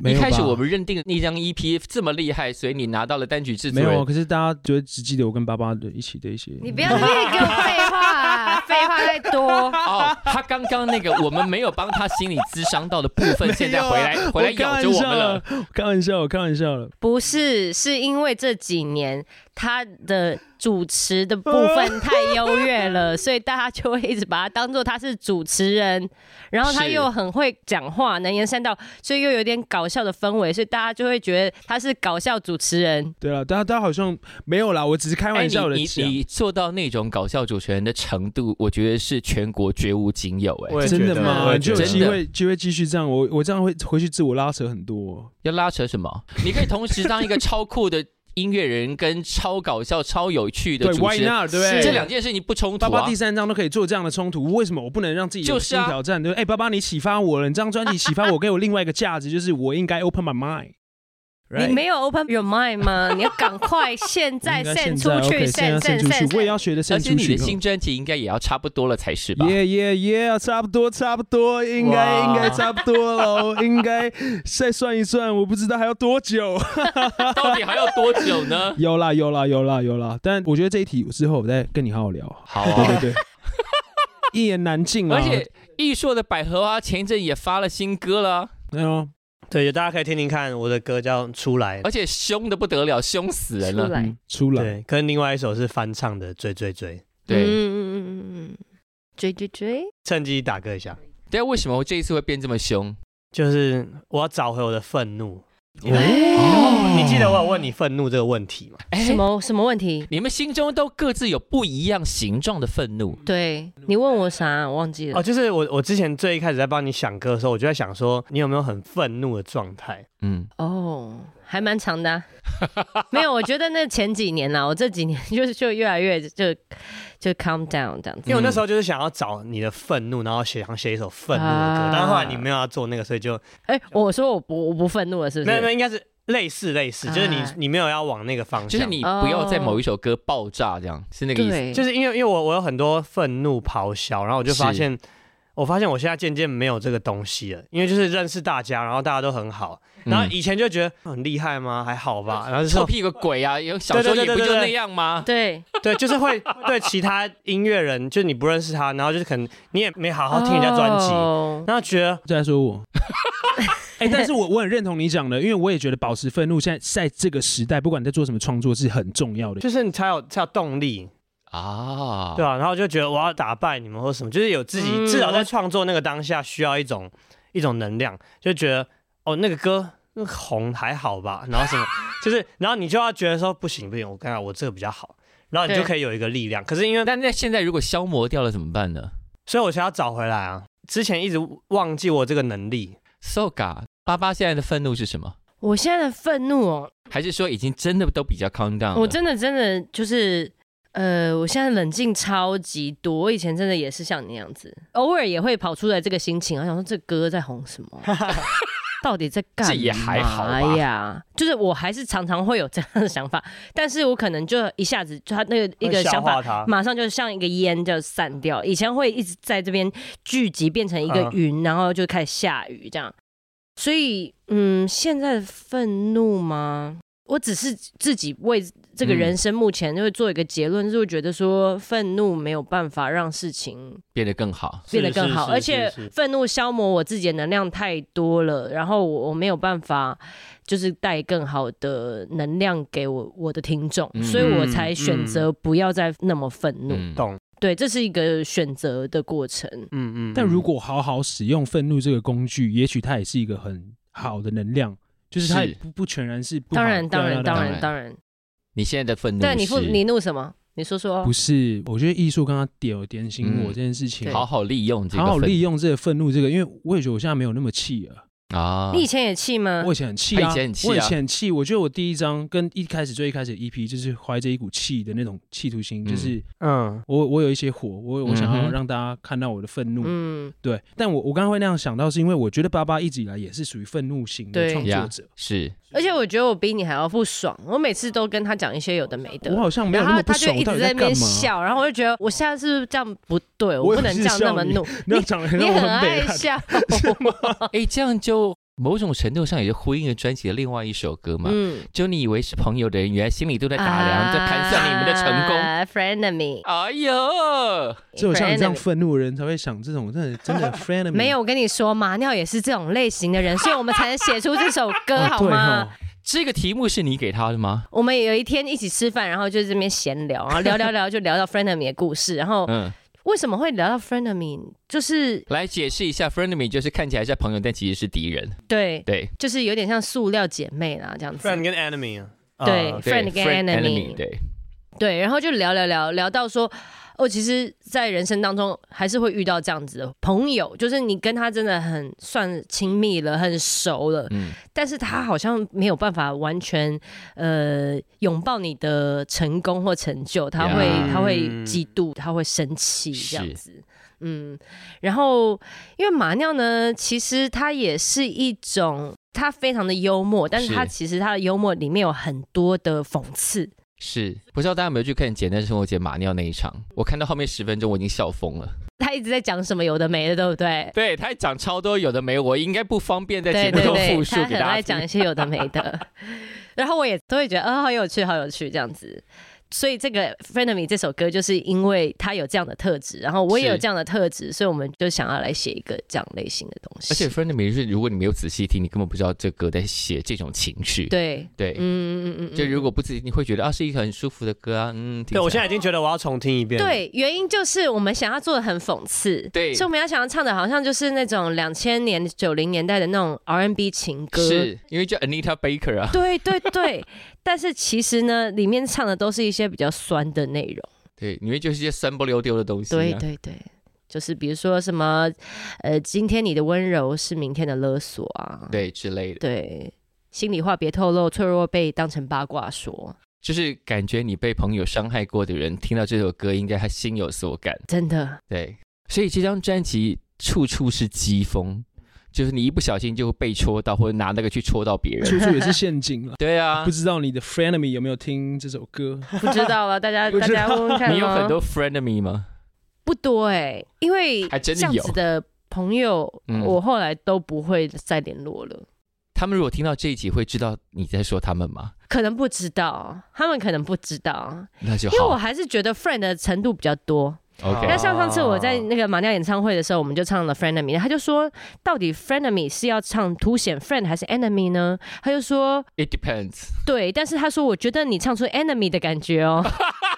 [SPEAKER 4] 没
[SPEAKER 1] 一
[SPEAKER 4] 有吧
[SPEAKER 1] 开始我们认定那张 EP 这么厉害，所以你拿到了单曲制作
[SPEAKER 4] 没有啊，
[SPEAKER 1] 人。
[SPEAKER 4] 可是大家就会只记得我跟爸爸的一起的一些。
[SPEAKER 2] (laughs) 你不要在那边给我废话、啊 (laughs) 废话太多。
[SPEAKER 1] 哦，他刚刚那个我们没有帮他心理咨商到的部
[SPEAKER 4] 没有 (laughs)
[SPEAKER 1] 分，
[SPEAKER 4] 啊
[SPEAKER 1] 现在回来 (laughs) 回来咬着我们了。，哎
[SPEAKER 4] 开玩 (laughs) 笑，我开玩笑了。
[SPEAKER 2] 不是，是因为这几年他的主持的部分太优越了，所以大家就会一直把他当做他是主持人，然后他
[SPEAKER 1] 是
[SPEAKER 2] 又很会讲话，能言善道，所以又有点搞笑的氛围，所以大家就会觉得他是搞笑主持人。
[SPEAKER 4] 对啊了，大家大家好像没有啦，我只是开
[SPEAKER 1] 哎，
[SPEAKER 4] 玩笑的
[SPEAKER 1] 你你
[SPEAKER 4] 讲。
[SPEAKER 1] 你做到那种搞笑主持人的程度，我觉得是全国绝无仅有哎、
[SPEAKER 3] 我也
[SPEAKER 4] 真
[SPEAKER 3] 觉
[SPEAKER 4] 的
[SPEAKER 3] 得
[SPEAKER 4] 吗？
[SPEAKER 3] 我也
[SPEAKER 4] 你就
[SPEAKER 3] 觉
[SPEAKER 4] 有
[SPEAKER 3] 得
[SPEAKER 4] 机会机会继续这样，我我这样会回去自我拉扯很多哦。
[SPEAKER 1] 要拉扯什么？你可以同时当一个超酷的音乐人，跟超搞笑、超有趣的
[SPEAKER 4] 对
[SPEAKER 1] 主
[SPEAKER 4] ，Why
[SPEAKER 1] 持人，
[SPEAKER 4] not？对不对？
[SPEAKER 1] 这两件事情不冲突
[SPEAKER 4] 爸爸
[SPEAKER 1] 啊
[SPEAKER 4] 第。三章都可以做这样的冲突，为什么我不能让自己有
[SPEAKER 1] 就是
[SPEAKER 4] 新
[SPEAKER 1] 啊
[SPEAKER 4] 挑战？对不对，哎，爸爸你启发我了，你这张专辑启发我，给我另外一个价值，就是我应该 open my mind。
[SPEAKER 3] Right
[SPEAKER 2] 你没有 open your mind 吗？你要赶快现在
[SPEAKER 4] (laughs) 应该
[SPEAKER 2] send
[SPEAKER 4] 在
[SPEAKER 2] 出去
[SPEAKER 4] OK，现
[SPEAKER 2] ，send
[SPEAKER 4] 在
[SPEAKER 2] send
[SPEAKER 4] 出
[SPEAKER 2] send，
[SPEAKER 4] 去，我也要学的
[SPEAKER 1] 而
[SPEAKER 4] send
[SPEAKER 1] 且
[SPEAKER 4] 出
[SPEAKER 1] 你
[SPEAKER 4] 去哦
[SPEAKER 1] 的。新专辑应该也要差不多了才是吧？
[SPEAKER 4] 耶耶耶，差不多差不多，应该
[SPEAKER 3] 哇
[SPEAKER 4] 应该差不多了，应该再算一算，我不知道还要多久。？
[SPEAKER 1] 到底还要多久呢
[SPEAKER 4] 有啦有啦有啦有啦，但我觉得这一题之后我再跟你 (laughs) 好好聊。
[SPEAKER 1] 好
[SPEAKER 4] 对对
[SPEAKER 1] 啊，
[SPEAKER 4] 哦对，一言难尽啊。
[SPEAKER 1] 而且艺硕的百合啊，前一阵也发了新歌了，啊
[SPEAKER 4] 哎呦，
[SPEAKER 3] 对，大家可以听听看我的歌叫《出来》，
[SPEAKER 1] 而且凶的不得了，凶死人
[SPEAKER 2] 出
[SPEAKER 1] 了。
[SPEAKER 2] 来
[SPEAKER 4] 嗯，哦出来，
[SPEAKER 3] 对，跟另外一首是翻唱的《追追追》，
[SPEAKER 2] 嗯
[SPEAKER 1] 对，
[SPEAKER 2] 嗯嗯嗯嗯嗯，追追追，
[SPEAKER 3] 趁机打歌一下，
[SPEAKER 1] 但为什么我这一次会变这么凶？
[SPEAKER 3] 就是我要找回我的愤怒。
[SPEAKER 1] 哦
[SPEAKER 3] 你记得我有问你愤怒这个问题吗？
[SPEAKER 1] 哎
[SPEAKER 2] 什么什么问题？
[SPEAKER 1] 你们心中都各自有不一样形状的愤怒，
[SPEAKER 4] 嗯
[SPEAKER 2] 对你问我啥？我忘记了
[SPEAKER 3] 哦，。就是我我之前最一开始在帮你想歌的时候，我就在想说你有没有很愤怒的状态？
[SPEAKER 1] 嗯，
[SPEAKER 2] 哦，还蛮长的啊、没有，我觉得那前几年啊啦，我这几年就是就越来越就就 calm down 这样子。
[SPEAKER 3] 因为我那时候就是想要找你的愤怒，然后写想写一首愤怒的歌
[SPEAKER 2] 啊，
[SPEAKER 3] 但后来你没有要做那个，所以就
[SPEAKER 2] 哎、我说我不我不愤怒了，是不
[SPEAKER 3] 没有没有，
[SPEAKER 2] 是？
[SPEAKER 3] 应该是类似类似，就是你
[SPEAKER 2] 啊
[SPEAKER 3] 你没有要往那个方向，
[SPEAKER 1] 就是你不要在某一首歌爆炸，这样是那个意思。
[SPEAKER 2] 哦对，
[SPEAKER 3] 就是因为因为我我有很多愤怒咆哮，然后我就发现，我发现我现在渐渐没有这个东西了，因为就是认识大家，然后大家都很好，然后
[SPEAKER 1] 嗯
[SPEAKER 3] 以前就觉得很厉害吗？还好吧，然后就
[SPEAKER 1] 臭
[SPEAKER 3] 是
[SPEAKER 1] 屁个鬼啊！有小时候也不就那样吗？
[SPEAKER 2] 对，
[SPEAKER 3] (laughs) 对，就是会对其他音乐人，就是你不认识他，然后就是可能你也没好好听人家专辑，
[SPEAKER 2] 哦
[SPEAKER 3] 然后觉得
[SPEAKER 4] 再来说
[SPEAKER 2] (laughs)
[SPEAKER 4] 我。哎、但是我我很认同你讲的，因为我也觉得保持愤怒现在在这个时代，不管你在做什么创作是很重要的。
[SPEAKER 2] 嗯
[SPEAKER 3] 就是你才有才有动力，
[SPEAKER 1] 啊，
[SPEAKER 3] 对吧、然后就觉得我要打败你们或什么，就是有自己、
[SPEAKER 2] 嗯
[SPEAKER 3] 至少在创作那个当下需要一种一种能量，就觉得哦那个歌那个红还好吧，然
[SPEAKER 2] (laughs)
[SPEAKER 3] 后什么就是，然后你就要觉得说不行不行，我看看我这个比较好，然后你就
[SPEAKER 2] 对
[SPEAKER 3] 可以有一个力量。可是因为，
[SPEAKER 1] 但那现在如果消磨掉了怎么办呢
[SPEAKER 3] 所以我想要找回来啊，之前一直忘记我这个
[SPEAKER 2] (laughs)
[SPEAKER 3] 能力，
[SPEAKER 1] ？Soga，爸爸现在的愤怒是什么？
[SPEAKER 2] 我现在的愤怒哦，
[SPEAKER 1] 还是说已经真的都比较 calm
[SPEAKER 3] 嗯
[SPEAKER 1] down？了
[SPEAKER 2] 我真的真的就是。呃，我现在冷静超级多，我以前真的也是像你那样子，偶尔也会跑出来这个心情，我想说这歌在红什么，到底在干嘛
[SPEAKER 1] 这也还好吧
[SPEAKER 2] 呀？就是我还是常常会有这样的想法，但是我可能就一下子就他那个一个
[SPEAKER 3] 会消
[SPEAKER 2] 想法嗯
[SPEAKER 3] 化它。
[SPEAKER 2] 马上就像一个烟就散掉。以前会一直在这边聚集，变成一个
[SPEAKER 3] 嗯
[SPEAKER 2] 云，然后就开始下雨这样。所以，嗯，现在的愤怒吗？我只是自己为这个
[SPEAKER 1] 嗯
[SPEAKER 2] 人生目前就会做一个结论，就是觉得说愤怒没有办法让事情
[SPEAKER 1] 变得更好。
[SPEAKER 2] 变得更好，
[SPEAKER 3] 是
[SPEAKER 2] 而
[SPEAKER 3] 是
[SPEAKER 2] 且
[SPEAKER 3] 是是
[SPEAKER 2] 愤怒消磨我自己的能量太多了，然后我我没有办法就是带更好的能量给我我的听众，
[SPEAKER 1] 嗯
[SPEAKER 2] 所以我才选
[SPEAKER 4] 嗯
[SPEAKER 2] 择不要再那么愤怒。
[SPEAKER 1] 嗯，
[SPEAKER 3] 懂，
[SPEAKER 2] 对，这是一个选择的过程。
[SPEAKER 3] 嗯嗯。
[SPEAKER 4] 但如
[SPEAKER 3] 果
[SPEAKER 4] 果好好使用愤怒这个工具，也许它也是一个很好的能量，就是它
[SPEAKER 1] 是
[SPEAKER 4] 也不不全然是不好
[SPEAKER 2] 当然，当
[SPEAKER 4] 对啊
[SPEAKER 2] 然，
[SPEAKER 4] 对啊
[SPEAKER 2] 当
[SPEAKER 4] 对啊
[SPEAKER 2] 然，当然。
[SPEAKER 1] 你现在的愤怒
[SPEAKER 2] 但你
[SPEAKER 1] 是
[SPEAKER 2] 愤你怒什么？你说说
[SPEAKER 4] 不。是，我觉得艺术刚刚点有点醒
[SPEAKER 1] 嗯
[SPEAKER 4] 我这件事情，
[SPEAKER 1] 好好利用这个
[SPEAKER 4] 好好利
[SPEAKER 1] 用
[SPEAKER 4] 用这个愤怒这个，因为我也觉得我现在没有那么气了。
[SPEAKER 1] 啊
[SPEAKER 2] 你以前也气吗
[SPEAKER 4] 我？以前很气啊，
[SPEAKER 1] 他以前很气啊
[SPEAKER 4] 我以前很气。我觉得我第一张跟一开始最一开始的 EP 就是怀着一股气的那种企图心，
[SPEAKER 1] 嗯
[SPEAKER 4] 就是
[SPEAKER 3] 嗯，
[SPEAKER 4] 我我有一些火，我我想
[SPEAKER 1] 嗯
[SPEAKER 4] 要
[SPEAKER 1] 哼
[SPEAKER 4] 让大家看到我的愤怒。
[SPEAKER 2] 嗯，
[SPEAKER 4] 对，但我我刚刚会那样想到，是因为我觉得爸爸一直以来也是属于愤怒型的
[SPEAKER 2] 对
[SPEAKER 4] 创作者。
[SPEAKER 1] 是
[SPEAKER 2] 而且我觉得我比你还要不爽，我每次都跟他讲一些有的没的
[SPEAKER 4] 我。好像没有
[SPEAKER 2] 然后
[SPEAKER 4] 那么不
[SPEAKER 2] 他就
[SPEAKER 4] 爽，
[SPEAKER 2] 一
[SPEAKER 4] 我到
[SPEAKER 2] 直
[SPEAKER 4] 底
[SPEAKER 2] 在那
[SPEAKER 4] 干
[SPEAKER 2] 边
[SPEAKER 4] 嘛？
[SPEAKER 2] 笑，然后我就觉得我现在是不是这样不对，
[SPEAKER 4] 我
[SPEAKER 2] 我不能
[SPEAKER 4] 也
[SPEAKER 2] 这
[SPEAKER 4] 是
[SPEAKER 2] 样那
[SPEAKER 4] 笑
[SPEAKER 2] 么
[SPEAKER 4] 你
[SPEAKER 2] 怒。
[SPEAKER 4] 那样讲的
[SPEAKER 2] 你
[SPEAKER 4] 让我
[SPEAKER 2] 很
[SPEAKER 4] 很北
[SPEAKER 2] 爱
[SPEAKER 4] 烂。
[SPEAKER 1] (laughs)
[SPEAKER 2] 笑，哦
[SPEAKER 1] 哎，这样就某种程度上也就呼应了专辑的另外一首歌嘛。
[SPEAKER 2] (laughs) 嗯，啊
[SPEAKER 1] 就你以为是朋友的人，原来心里都在打量，在盘算你们的成功。
[SPEAKER 2] f r i e n d e m y
[SPEAKER 1] 哎呦，
[SPEAKER 4] 只有像你这样愤怒的人才会想这种，真的真
[SPEAKER 2] (laughs)
[SPEAKER 4] 的 friend
[SPEAKER 2] 没有，我跟你说，马尿也是这种类型的
[SPEAKER 1] (laughs)
[SPEAKER 2] 人，所以我们才能写出这首歌，
[SPEAKER 4] 哦
[SPEAKER 2] 好
[SPEAKER 4] 对
[SPEAKER 2] 吗？
[SPEAKER 4] 哦
[SPEAKER 1] 这个题目是你给他的吗？
[SPEAKER 2] 我们有一天一起吃饭，然后就这边闲聊，然
[SPEAKER 1] (laughs)
[SPEAKER 2] 后聊聊聊就聊到 f r i e n d e m y 的故事，然后
[SPEAKER 1] 嗯，
[SPEAKER 2] 为什么会聊到 f r i e n d e m y 就是
[SPEAKER 1] 来解释一下，frenemy 就是看起来像朋友，但其实是敌人。
[SPEAKER 2] 对，
[SPEAKER 1] 对
[SPEAKER 2] 就是有点像塑料姐妹啦这样子。
[SPEAKER 3] friend 跟 enemy 啊，
[SPEAKER 2] 对
[SPEAKER 3] 呃
[SPEAKER 1] 对
[SPEAKER 2] Friend 跟 enemy
[SPEAKER 1] 对，
[SPEAKER 2] 对，然后就聊聊聊聊到说，哦，其实，在人生当中还是会遇到这样子的朋友，就是你跟他真的很算亲密了，很熟了，
[SPEAKER 1] 嗯，
[SPEAKER 2] 但是他好像没有办法完全呃拥抱你的成功或成就，他会
[SPEAKER 1] Yeah 嗯
[SPEAKER 2] 他会嫉妒，他会生气这样
[SPEAKER 1] 是
[SPEAKER 2] 子。嗯，然后因为马尿呢，其实它也是一种他非常的幽默，但是
[SPEAKER 1] 是
[SPEAKER 2] 他其实他的幽默里面有很多的讽刺。
[SPEAKER 1] 是，不知道大家有没有去看《简单生活节》马尿那一场？我看到后面十分钟，我已经笑疯了。
[SPEAKER 2] (laughs) 他一直在讲什么有的没的，对不对？
[SPEAKER 1] 对他还讲超多有的没，我应该不方便在节
[SPEAKER 2] 对
[SPEAKER 1] 目
[SPEAKER 2] 对
[SPEAKER 1] 中
[SPEAKER 2] 对，
[SPEAKER 1] 复述
[SPEAKER 2] 他
[SPEAKER 1] 给
[SPEAKER 2] 很
[SPEAKER 1] 大
[SPEAKER 2] 爱
[SPEAKER 1] 家
[SPEAKER 2] 讲一
[SPEAKER 1] 听。
[SPEAKER 2] 些有的没的，
[SPEAKER 1] (laughs)
[SPEAKER 2] 然后我也都会觉得，啊、好有趣，好有趣这样子。所以这个《Frenemy》这首歌，就是因为它有这样的特质，然后我也有
[SPEAKER 1] 是
[SPEAKER 2] 这样的特质，所以我们就想要来写一个这样类型的东西。
[SPEAKER 1] 而且 friend 的名是，如果你没有仔细听，你根本不知道这歌在写这种情绪。
[SPEAKER 2] 对，
[SPEAKER 1] 对，
[SPEAKER 2] 嗯嗯嗯嗯，
[SPEAKER 1] 就如果不仔细，你会觉得啊是一个很舒服的歌啊，嗯。听
[SPEAKER 3] 对，我
[SPEAKER 1] 起
[SPEAKER 3] 现
[SPEAKER 1] 来
[SPEAKER 3] 在已经觉得我要重听一遍。，
[SPEAKER 2] 对，原因就是我们想要做的很讽刺，
[SPEAKER 1] 对
[SPEAKER 2] 所以我们要想要唱的好像就是那种两千年、九零年代的那种 R&B 情歌，
[SPEAKER 1] 是因为叫 Anita Baker 啊，
[SPEAKER 2] 对对对。但是其实呢，里面唱的都是一些比较酸的内容，
[SPEAKER 1] 对，里面就是一些三不溜丢的东西、啊。
[SPEAKER 2] 对对对，就是比如说什么，呃，今天你的温柔是明天的勒索啊，
[SPEAKER 1] 对之类的，
[SPEAKER 2] 对心里话别透露，脆弱被当成八卦说，
[SPEAKER 1] 就是感觉你被朋友伤害过的人，听到这首歌应该他心有所感。
[SPEAKER 2] 真的
[SPEAKER 1] 对，所以这张专辑处处是机锋，就是你一不小心就会被戳到，或者拿那个去戳到别人。
[SPEAKER 4] 处处也是陷
[SPEAKER 2] (laughs)
[SPEAKER 4] 阱了。
[SPEAKER 1] 对啊
[SPEAKER 4] 不，知道你的 frenemy 有没有听这首歌？ (laughs)
[SPEAKER 2] 不知道啊了，
[SPEAKER 1] (laughs)
[SPEAKER 2] 大家
[SPEAKER 4] 不
[SPEAKER 2] 大
[SPEAKER 4] 知
[SPEAKER 2] 家问问看
[SPEAKER 1] 你有
[SPEAKER 2] 咯
[SPEAKER 1] 很多 frenemy 吗？
[SPEAKER 2] 不多哎、欸，因为
[SPEAKER 1] 还真
[SPEAKER 2] 这
[SPEAKER 1] 的
[SPEAKER 2] 样
[SPEAKER 1] 有
[SPEAKER 2] 子的朋友，
[SPEAKER 1] 嗯
[SPEAKER 2] 我后来都不会再联络了。
[SPEAKER 1] 他们如果听到这一集，会知道你在说他们吗？
[SPEAKER 2] 可能不知道，他们可能不知道，
[SPEAKER 1] 那就
[SPEAKER 2] 因为我
[SPEAKER 1] 好。
[SPEAKER 2] 还是觉得 friend 的程度比较多。
[SPEAKER 1] OK，
[SPEAKER 2] 那像上次我在那个马尿演唱会的时候，我们就唱了 frenemy，他就说到底 frenemy 是要唱凸显 friend 还是 enemy 呢？他就说
[SPEAKER 1] it depends。
[SPEAKER 2] 对，但是他说我觉得你唱出 enemy 的感觉哦。 (laughs)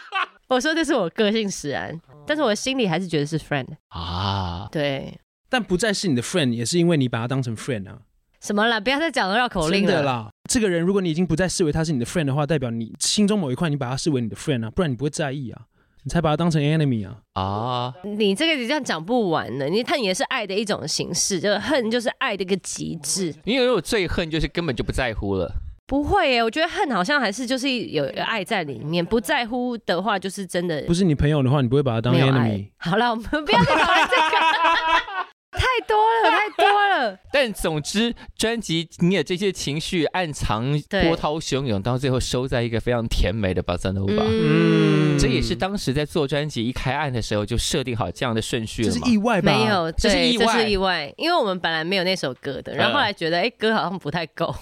[SPEAKER 2] 我说这是我个性使然，但是我心里还是觉得是 friend。
[SPEAKER 1] 啊，
[SPEAKER 2] 对，
[SPEAKER 4] 但不再是你的 friend，也是因为你把他当成 friend 啊。
[SPEAKER 2] 什么啦？不要再讲绕口令
[SPEAKER 4] 真的
[SPEAKER 2] 了。
[SPEAKER 4] 啦，这个人如果你已经不再视为他是你的 friend 的话，代表你心中某一块你把他视为你的 friend 啊，不然你不会在意啊，你才把他当成 enemy 啊。
[SPEAKER 1] 啊，
[SPEAKER 2] 你这个你这样讲不完呢，你恨也是爱的一种形式，就是恨就是爱的一个极致。
[SPEAKER 1] 因为我最恨就是根本就不在乎了。
[SPEAKER 2] 不会耶，我觉得恨好像还是就是有有爱在里面，不在乎的话就是真的
[SPEAKER 4] 不是你朋友的话，你不会把他当
[SPEAKER 2] 没有
[SPEAKER 4] enemy
[SPEAKER 2] 爱。。好了，我们不要再讨论这个，
[SPEAKER 4] (laughs)
[SPEAKER 2] 太多了，太多了。
[SPEAKER 1] 但总之，专辑你的这些情绪暗藏
[SPEAKER 2] 对
[SPEAKER 1] 波涛汹涌，到最后收在一个非常甜美的 bossa nova。
[SPEAKER 2] 嗯，
[SPEAKER 1] 这也是当时在做专辑一开案的时候就设定好这样的顺序
[SPEAKER 4] 这
[SPEAKER 1] 了
[SPEAKER 4] 是
[SPEAKER 1] 吗？
[SPEAKER 4] 意外吧？
[SPEAKER 2] 没，有，
[SPEAKER 1] 这是
[SPEAKER 2] 对
[SPEAKER 1] 意外
[SPEAKER 2] 这是意外，因为我们本来没有那首歌的，然后后来觉得哎、歌好像不太
[SPEAKER 1] (laughs)
[SPEAKER 2] 够，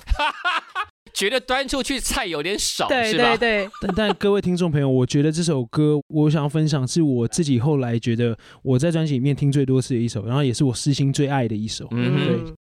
[SPEAKER 1] 觉得端出去菜有点少，
[SPEAKER 2] 对
[SPEAKER 1] 是吧
[SPEAKER 2] 对？对，
[SPEAKER 4] (laughs) 但但各位听众朋友，我觉得这首歌我想要分享，是我自己后来觉得我在专辑里面听最多次的一首，然后也是我私心最爱的一首。
[SPEAKER 1] 嗯哼，
[SPEAKER 2] 嗯，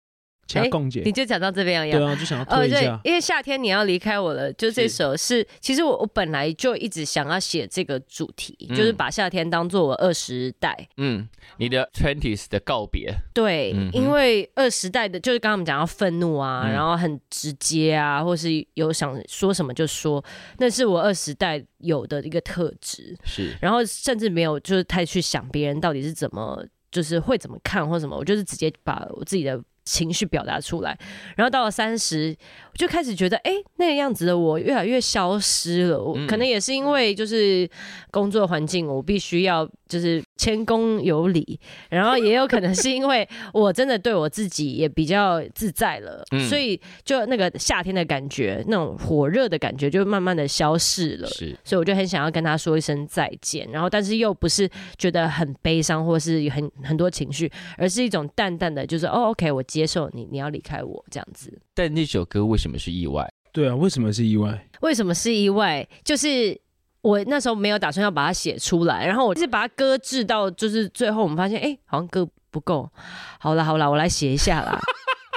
[SPEAKER 4] 其他共姐
[SPEAKER 2] 你，就讲到这边了，
[SPEAKER 4] 对啊，就想要
[SPEAKER 2] 哦，
[SPEAKER 4] 推一
[SPEAKER 2] 对
[SPEAKER 4] 下，。
[SPEAKER 2] 因为夏天你要离开我了，就这
[SPEAKER 1] 是
[SPEAKER 2] 首是，其实我我本来就一直想要写这个主题，
[SPEAKER 1] 嗯
[SPEAKER 2] 就是把夏天当做我二十代，
[SPEAKER 1] 嗯，你的 twenties 的告别，
[SPEAKER 2] 对，
[SPEAKER 1] 嗯哼
[SPEAKER 2] 因为二十代的就是刚刚我们讲到愤怒啊，
[SPEAKER 1] 嗯
[SPEAKER 2] 然后很直接啊，或是有想说什么就说，那是我二十代有的一个特质，
[SPEAKER 1] 是
[SPEAKER 2] 然后甚至没有就是太去想别人到底是怎么，就是会怎么看或什么，我就是直接把我自己的情绪表达出来。然后到了三十，我就开始觉得，哎，那个样子的我越来越消失了。我
[SPEAKER 1] 嗯
[SPEAKER 2] 可能也是因为就是工作环境，我必须要就是谦恭有礼，然后也有可能是因为我真的对我自己也比较自在了，
[SPEAKER 1] 嗯
[SPEAKER 2] 所以就那个夏天的感觉，那种火热的感觉就慢慢的消逝了。
[SPEAKER 1] 是，
[SPEAKER 2] 所以我就很想要跟他说一声再见，然后但是又不是觉得很悲伤或是很很多情绪，而是一种淡淡的，就是哦，OK，我接受你，你要离开我这样子。
[SPEAKER 1] 但那首歌为什么是意外？
[SPEAKER 4] 对啊，为什么是意外？
[SPEAKER 2] 为什么是意外？就是我那时候没有打算要把它写出来，然后我一直把它搁置到，就是最后我们发现，哎、好像歌不够，好啦好啦，我来写一下啦。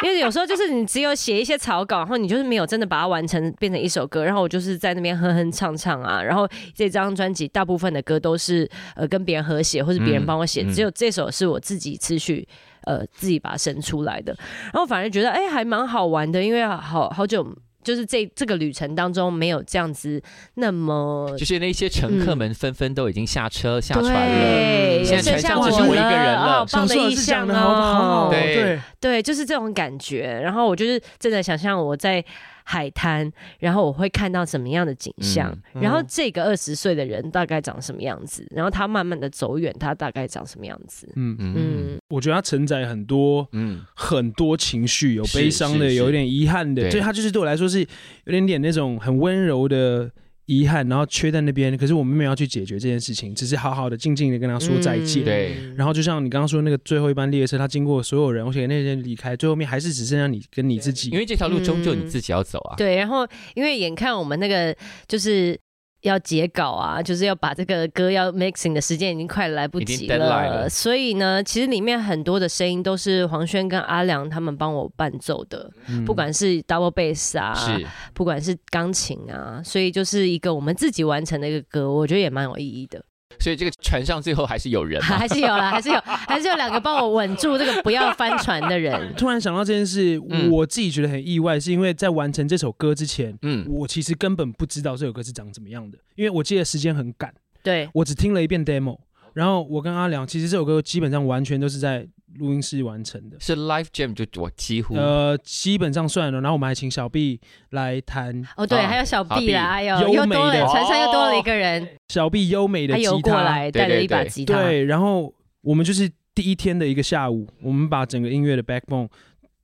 [SPEAKER 2] 因为有时候就是你只有写一些草稿，然后你就是没有真的把它完成变成一首歌，然后我就是在那边哼哼唱唱啊，然后这张专辑大部分的歌都是呃跟别人合写或是别人帮我写，
[SPEAKER 1] 嗯嗯
[SPEAKER 2] 只有这首是我自己持续呃自己把它生出来的，然后反而觉得哎、还蛮好玩的，因为好好久就是这这个旅程当中没有这样子那么
[SPEAKER 1] 就是那些乘客们纷纷都已经下车、下船了，
[SPEAKER 2] 对，
[SPEAKER 1] 现
[SPEAKER 4] 在
[SPEAKER 2] 剩下
[SPEAKER 4] 船上只
[SPEAKER 2] 我
[SPEAKER 4] 剩我一
[SPEAKER 1] 个人了
[SPEAKER 2] 哦、棒的意
[SPEAKER 4] 讲
[SPEAKER 2] 象
[SPEAKER 4] 的好好
[SPEAKER 2] 哦，
[SPEAKER 4] 哦，
[SPEAKER 1] 对
[SPEAKER 4] 对，
[SPEAKER 2] 对，就是这种感觉。然后我就是真的想象我在海滩，然后我会看到什么样的景象，
[SPEAKER 3] 嗯
[SPEAKER 2] 然后
[SPEAKER 3] 嗯
[SPEAKER 2] 这个二十岁的人大概长什么样子，然后他慢慢的走远，他大概长什么样子。
[SPEAKER 4] 嗯，
[SPEAKER 1] 嗯
[SPEAKER 2] 嗯，
[SPEAKER 4] 我觉得它承载很多
[SPEAKER 1] 嗯，
[SPEAKER 4] 很多情绪，有
[SPEAKER 1] 是
[SPEAKER 4] 悲伤的，
[SPEAKER 1] 是是
[SPEAKER 4] 有一点遗憾的，
[SPEAKER 1] 对
[SPEAKER 4] 所以它就是对我来说是有点点那种很温柔的遗憾，然后缺在那边。可是我们没有要去解决这件事情，只是好好的静静的跟他说再见。
[SPEAKER 1] 嗯对
[SPEAKER 4] 然后就像你刚刚说那个最后一班列车，它经过所有人，而且那些人离开，最后面还是只剩下你跟你自己。
[SPEAKER 1] 因为这条路终究你自己要走啊。
[SPEAKER 2] 对，然后因为眼看我们那个就是要截稿啊，就是要把这个歌要 mixing 的时间已经快来不
[SPEAKER 1] 已经
[SPEAKER 2] 及
[SPEAKER 1] deadline
[SPEAKER 2] 了，
[SPEAKER 1] 了
[SPEAKER 2] 所以呢，其实里面很多的声音都是黄轩跟阿良他们帮我伴奏的，
[SPEAKER 4] 嗯
[SPEAKER 2] 不管是 double bass 啊，
[SPEAKER 1] 是，
[SPEAKER 2] 不管是钢琴啊，所以就是一个我们自己完成的一个歌，我觉得也蛮有意义的。
[SPEAKER 1] 所以这个船上最后还是有人嘛。
[SPEAKER 2] 还是有
[SPEAKER 1] (laughs)
[SPEAKER 2] 啦，还是有，还是有两个帮我稳住这个不要翻船的人。
[SPEAKER 4] 突然想到这件事，
[SPEAKER 1] 嗯
[SPEAKER 4] 我自己觉得很意外，是因为在完成这首歌之前，
[SPEAKER 1] 嗯，
[SPEAKER 4] 我其实根本不知道这首歌是长怎么样的，因为我记得时间很赶，
[SPEAKER 1] (laughs)
[SPEAKER 2] 对，
[SPEAKER 4] 我只听了一遍 demo。然后我跟阿良，其实这首歌基本上完全都是在录音室完成的，
[SPEAKER 1] 是 Life Jam 就我几乎
[SPEAKER 4] 呃，基本上算了。然后我们还请小 B 来弹，
[SPEAKER 2] 哦对，
[SPEAKER 1] 啊
[SPEAKER 2] 还有小
[SPEAKER 1] 好
[SPEAKER 2] B 啦，
[SPEAKER 1] B，
[SPEAKER 2] 哎
[SPEAKER 4] 优
[SPEAKER 2] 呦，
[SPEAKER 4] 美
[SPEAKER 2] 又多
[SPEAKER 4] 的
[SPEAKER 2] 了，船上又多了一个人，
[SPEAKER 4] 小 B 优美的
[SPEAKER 2] 他
[SPEAKER 4] 吉
[SPEAKER 2] 游过
[SPEAKER 4] 他，
[SPEAKER 2] 来，带了一把吉他。
[SPEAKER 4] 对，然后我们就是第一天的一个下午，我们把整个音乐的 backbone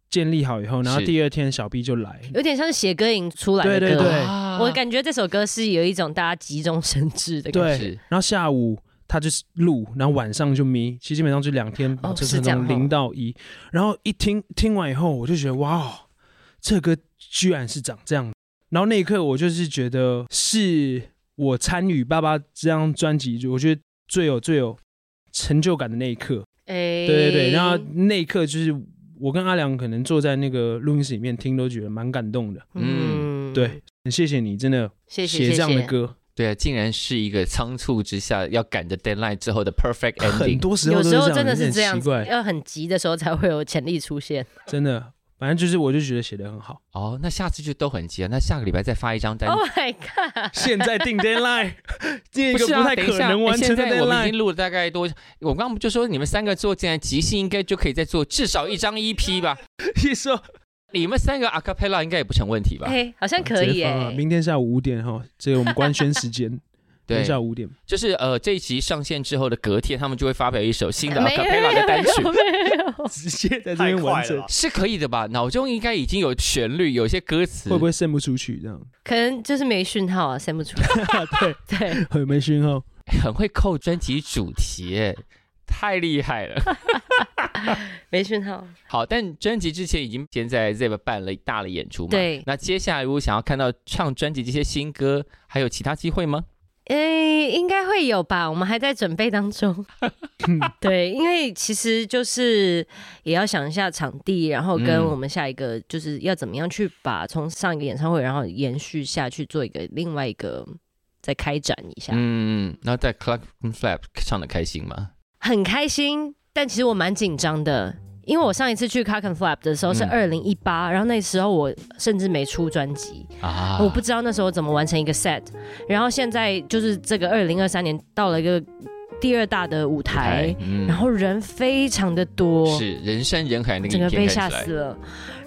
[SPEAKER 4] 建立好以后，然后
[SPEAKER 1] 是
[SPEAKER 4] 第二天小 B 就来，
[SPEAKER 2] 有点像是写歌营出来的歌。
[SPEAKER 4] 对对
[SPEAKER 1] 啊
[SPEAKER 2] 我感觉这首歌是有一种大家急中生智的感觉。
[SPEAKER 4] 对
[SPEAKER 1] 是，
[SPEAKER 4] 然后下午他就是录，然后晚上就咪，其实基本上就两天，
[SPEAKER 2] 哦
[SPEAKER 4] 这
[SPEAKER 2] 是这样
[SPEAKER 4] 从
[SPEAKER 2] 哦
[SPEAKER 4] 零到一，然后一听听完以后，我就觉得哇哦，这歌居然是长这样。然后那一刻，我就是觉得是我参与《爸爸》这张专辑，我觉得最有最有成就感的那一刻。
[SPEAKER 2] 哎、
[SPEAKER 4] 对对对，然后那一刻就是我跟阿良可能坐在那个录音室里面听，都觉得蛮感动的。
[SPEAKER 1] 嗯
[SPEAKER 4] 对，很谢谢你，真的
[SPEAKER 2] 谢谢
[SPEAKER 4] 写
[SPEAKER 2] 谢
[SPEAKER 4] 这样的
[SPEAKER 2] 谢。 (laughs)
[SPEAKER 4] 歌，
[SPEAKER 1] 对啊，竟然是一个仓促之下要赶着 deadline 之后的 perfect
[SPEAKER 4] 很
[SPEAKER 1] ending。
[SPEAKER 4] 多时候
[SPEAKER 2] 有
[SPEAKER 4] 都
[SPEAKER 2] 时候
[SPEAKER 4] 这
[SPEAKER 2] 真的是
[SPEAKER 4] 很
[SPEAKER 2] 这样
[SPEAKER 4] 奇
[SPEAKER 2] 子
[SPEAKER 4] 怪，
[SPEAKER 2] 要很急的时候才会有潜力出现。
[SPEAKER 4] 真的，反正就是我就觉得写的
[SPEAKER 1] (laughs)
[SPEAKER 4] 很好。
[SPEAKER 1] 哦，那下次就都很急啊，那下个礼拜再发一张单。
[SPEAKER 2] Oh my god！
[SPEAKER 4] 现在定 deadline，定一 (laughs) 个
[SPEAKER 1] 是
[SPEAKER 4] 不
[SPEAKER 1] 啊，
[SPEAKER 4] 太
[SPEAKER 1] 等一
[SPEAKER 4] 可
[SPEAKER 1] 下
[SPEAKER 4] 能
[SPEAKER 1] 哎
[SPEAKER 4] 完成
[SPEAKER 1] 现
[SPEAKER 4] 的
[SPEAKER 1] 在我们已
[SPEAKER 4] deadline。
[SPEAKER 1] 经录了大概多，我刚刚不就说你们三个做，竟然即兴应该就可以再做至少一张 EP 吧？
[SPEAKER 4] (laughs) 一说
[SPEAKER 1] 你们三个 a cappella 应该也不成问题吧？
[SPEAKER 2] 哎、好像可以哎、
[SPEAKER 4] 啊明天下午五点哈，这个我们官宣时间，明
[SPEAKER 1] 对
[SPEAKER 4] 天，下午五点。
[SPEAKER 1] 就是呃，这一集上线之后的隔天，他们就会发表一首
[SPEAKER 4] 啊
[SPEAKER 1] 新的 a
[SPEAKER 2] 没有
[SPEAKER 1] cappella 的单曲
[SPEAKER 2] 没有。没有，
[SPEAKER 4] 直接在这
[SPEAKER 3] 太
[SPEAKER 4] 边
[SPEAKER 3] 快
[SPEAKER 4] 完
[SPEAKER 3] 了
[SPEAKER 4] 成
[SPEAKER 3] 吧，，
[SPEAKER 1] 是可以的吧？脑中应该已经有旋律，有一些歌词，
[SPEAKER 4] 会不会渗不出去？这样 (laughs)
[SPEAKER 2] 可能就是没讯号啊，删不出来。
[SPEAKER 4] 对，
[SPEAKER 2] 对，
[SPEAKER 4] 很没哦讯号。
[SPEAKER 1] 很会扣专辑主题耶？太厉害了！ (laughs)
[SPEAKER 2] 没讯号。
[SPEAKER 1] 好，但专辑之前已经先在 Zip 办了大的演出嘛？
[SPEAKER 2] 对
[SPEAKER 1] 那接下来如果想要看到唱专辑这些新歌，还有其他机会吗？
[SPEAKER 2] 哎、应该会有吧，我们还在准备当
[SPEAKER 1] (laughs)
[SPEAKER 2] 中。对，因为其实就是也要想一下场地，然后跟
[SPEAKER 1] 嗯
[SPEAKER 2] 我们下一个就是要怎么样去把从上一个演唱会，然后延续下去做一个另外一个再开展一下，
[SPEAKER 1] 嗯，那在 Clark and Flap 唱的开心吗？
[SPEAKER 2] 很开心。但其实我蛮紧张的，因为我上一次去 Cock and Flap 的时候是
[SPEAKER 1] 嗯
[SPEAKER 2] 二零一八，然后那时候我甚至没出专辑，
[SPEAKER 1] 啊，
[SPEAKER 2] 我不知道那时候怎么完成一个 set，然后现在就是这个二零二三年到了一个第二大的舞台，
[SPEAKER 1] 嗯
[SPEAKER 2] 哎然后人非常的多，
[SPEAKER 1] 是人山人海那个
[SPEAKER 2] 整
[SPEAKER 1] 影
[SPEAKER 2] 个
[SPEAKER 1] 片
[SPEAKER 2] 被
[SPEAKER 1] 看
[SPEAKER 2] 吓
[SPEAKER 1] 起来
[SPEAKER 2] 死了。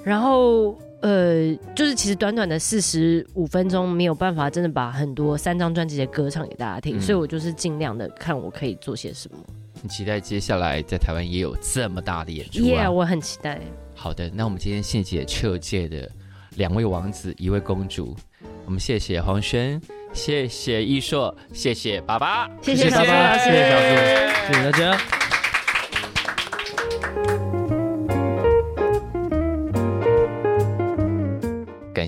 [SPEAKER 2] 然后呃，就是其实短短的四十五分钟没有办法真的把很多三张专辑的歌唱给大家听，
[SPEAKER 1] 嗯
[SPEAKER 2] 所以我就是尽量的看我可以做些什么。
[SPEAKER 1] 很期待接下来在台湾也有这么大的演出
[SPEAKER 2] 耶、
[SPEAKER 1] 啊！
[SPEAKER 2] 我很期待。
[SPEAKER 1] 好的，那我们今天谢谢彻界的两位王子，一位公主，我们谢谢黄轩，谢谢易硕，谢谢爸爸，
[SPEAKER 2] 谢
[SPEAKER 4] 谢
[SPEAKER 2] 小
[SPEAKER 4] 爸
[SPEAKER 2] 猪
[SPEAKER 4] 爸
[SPEAKER 2] 老师，
[SPEAKER 4] 谢谢小猪谢谢大家。
[SPEAKER 1] 感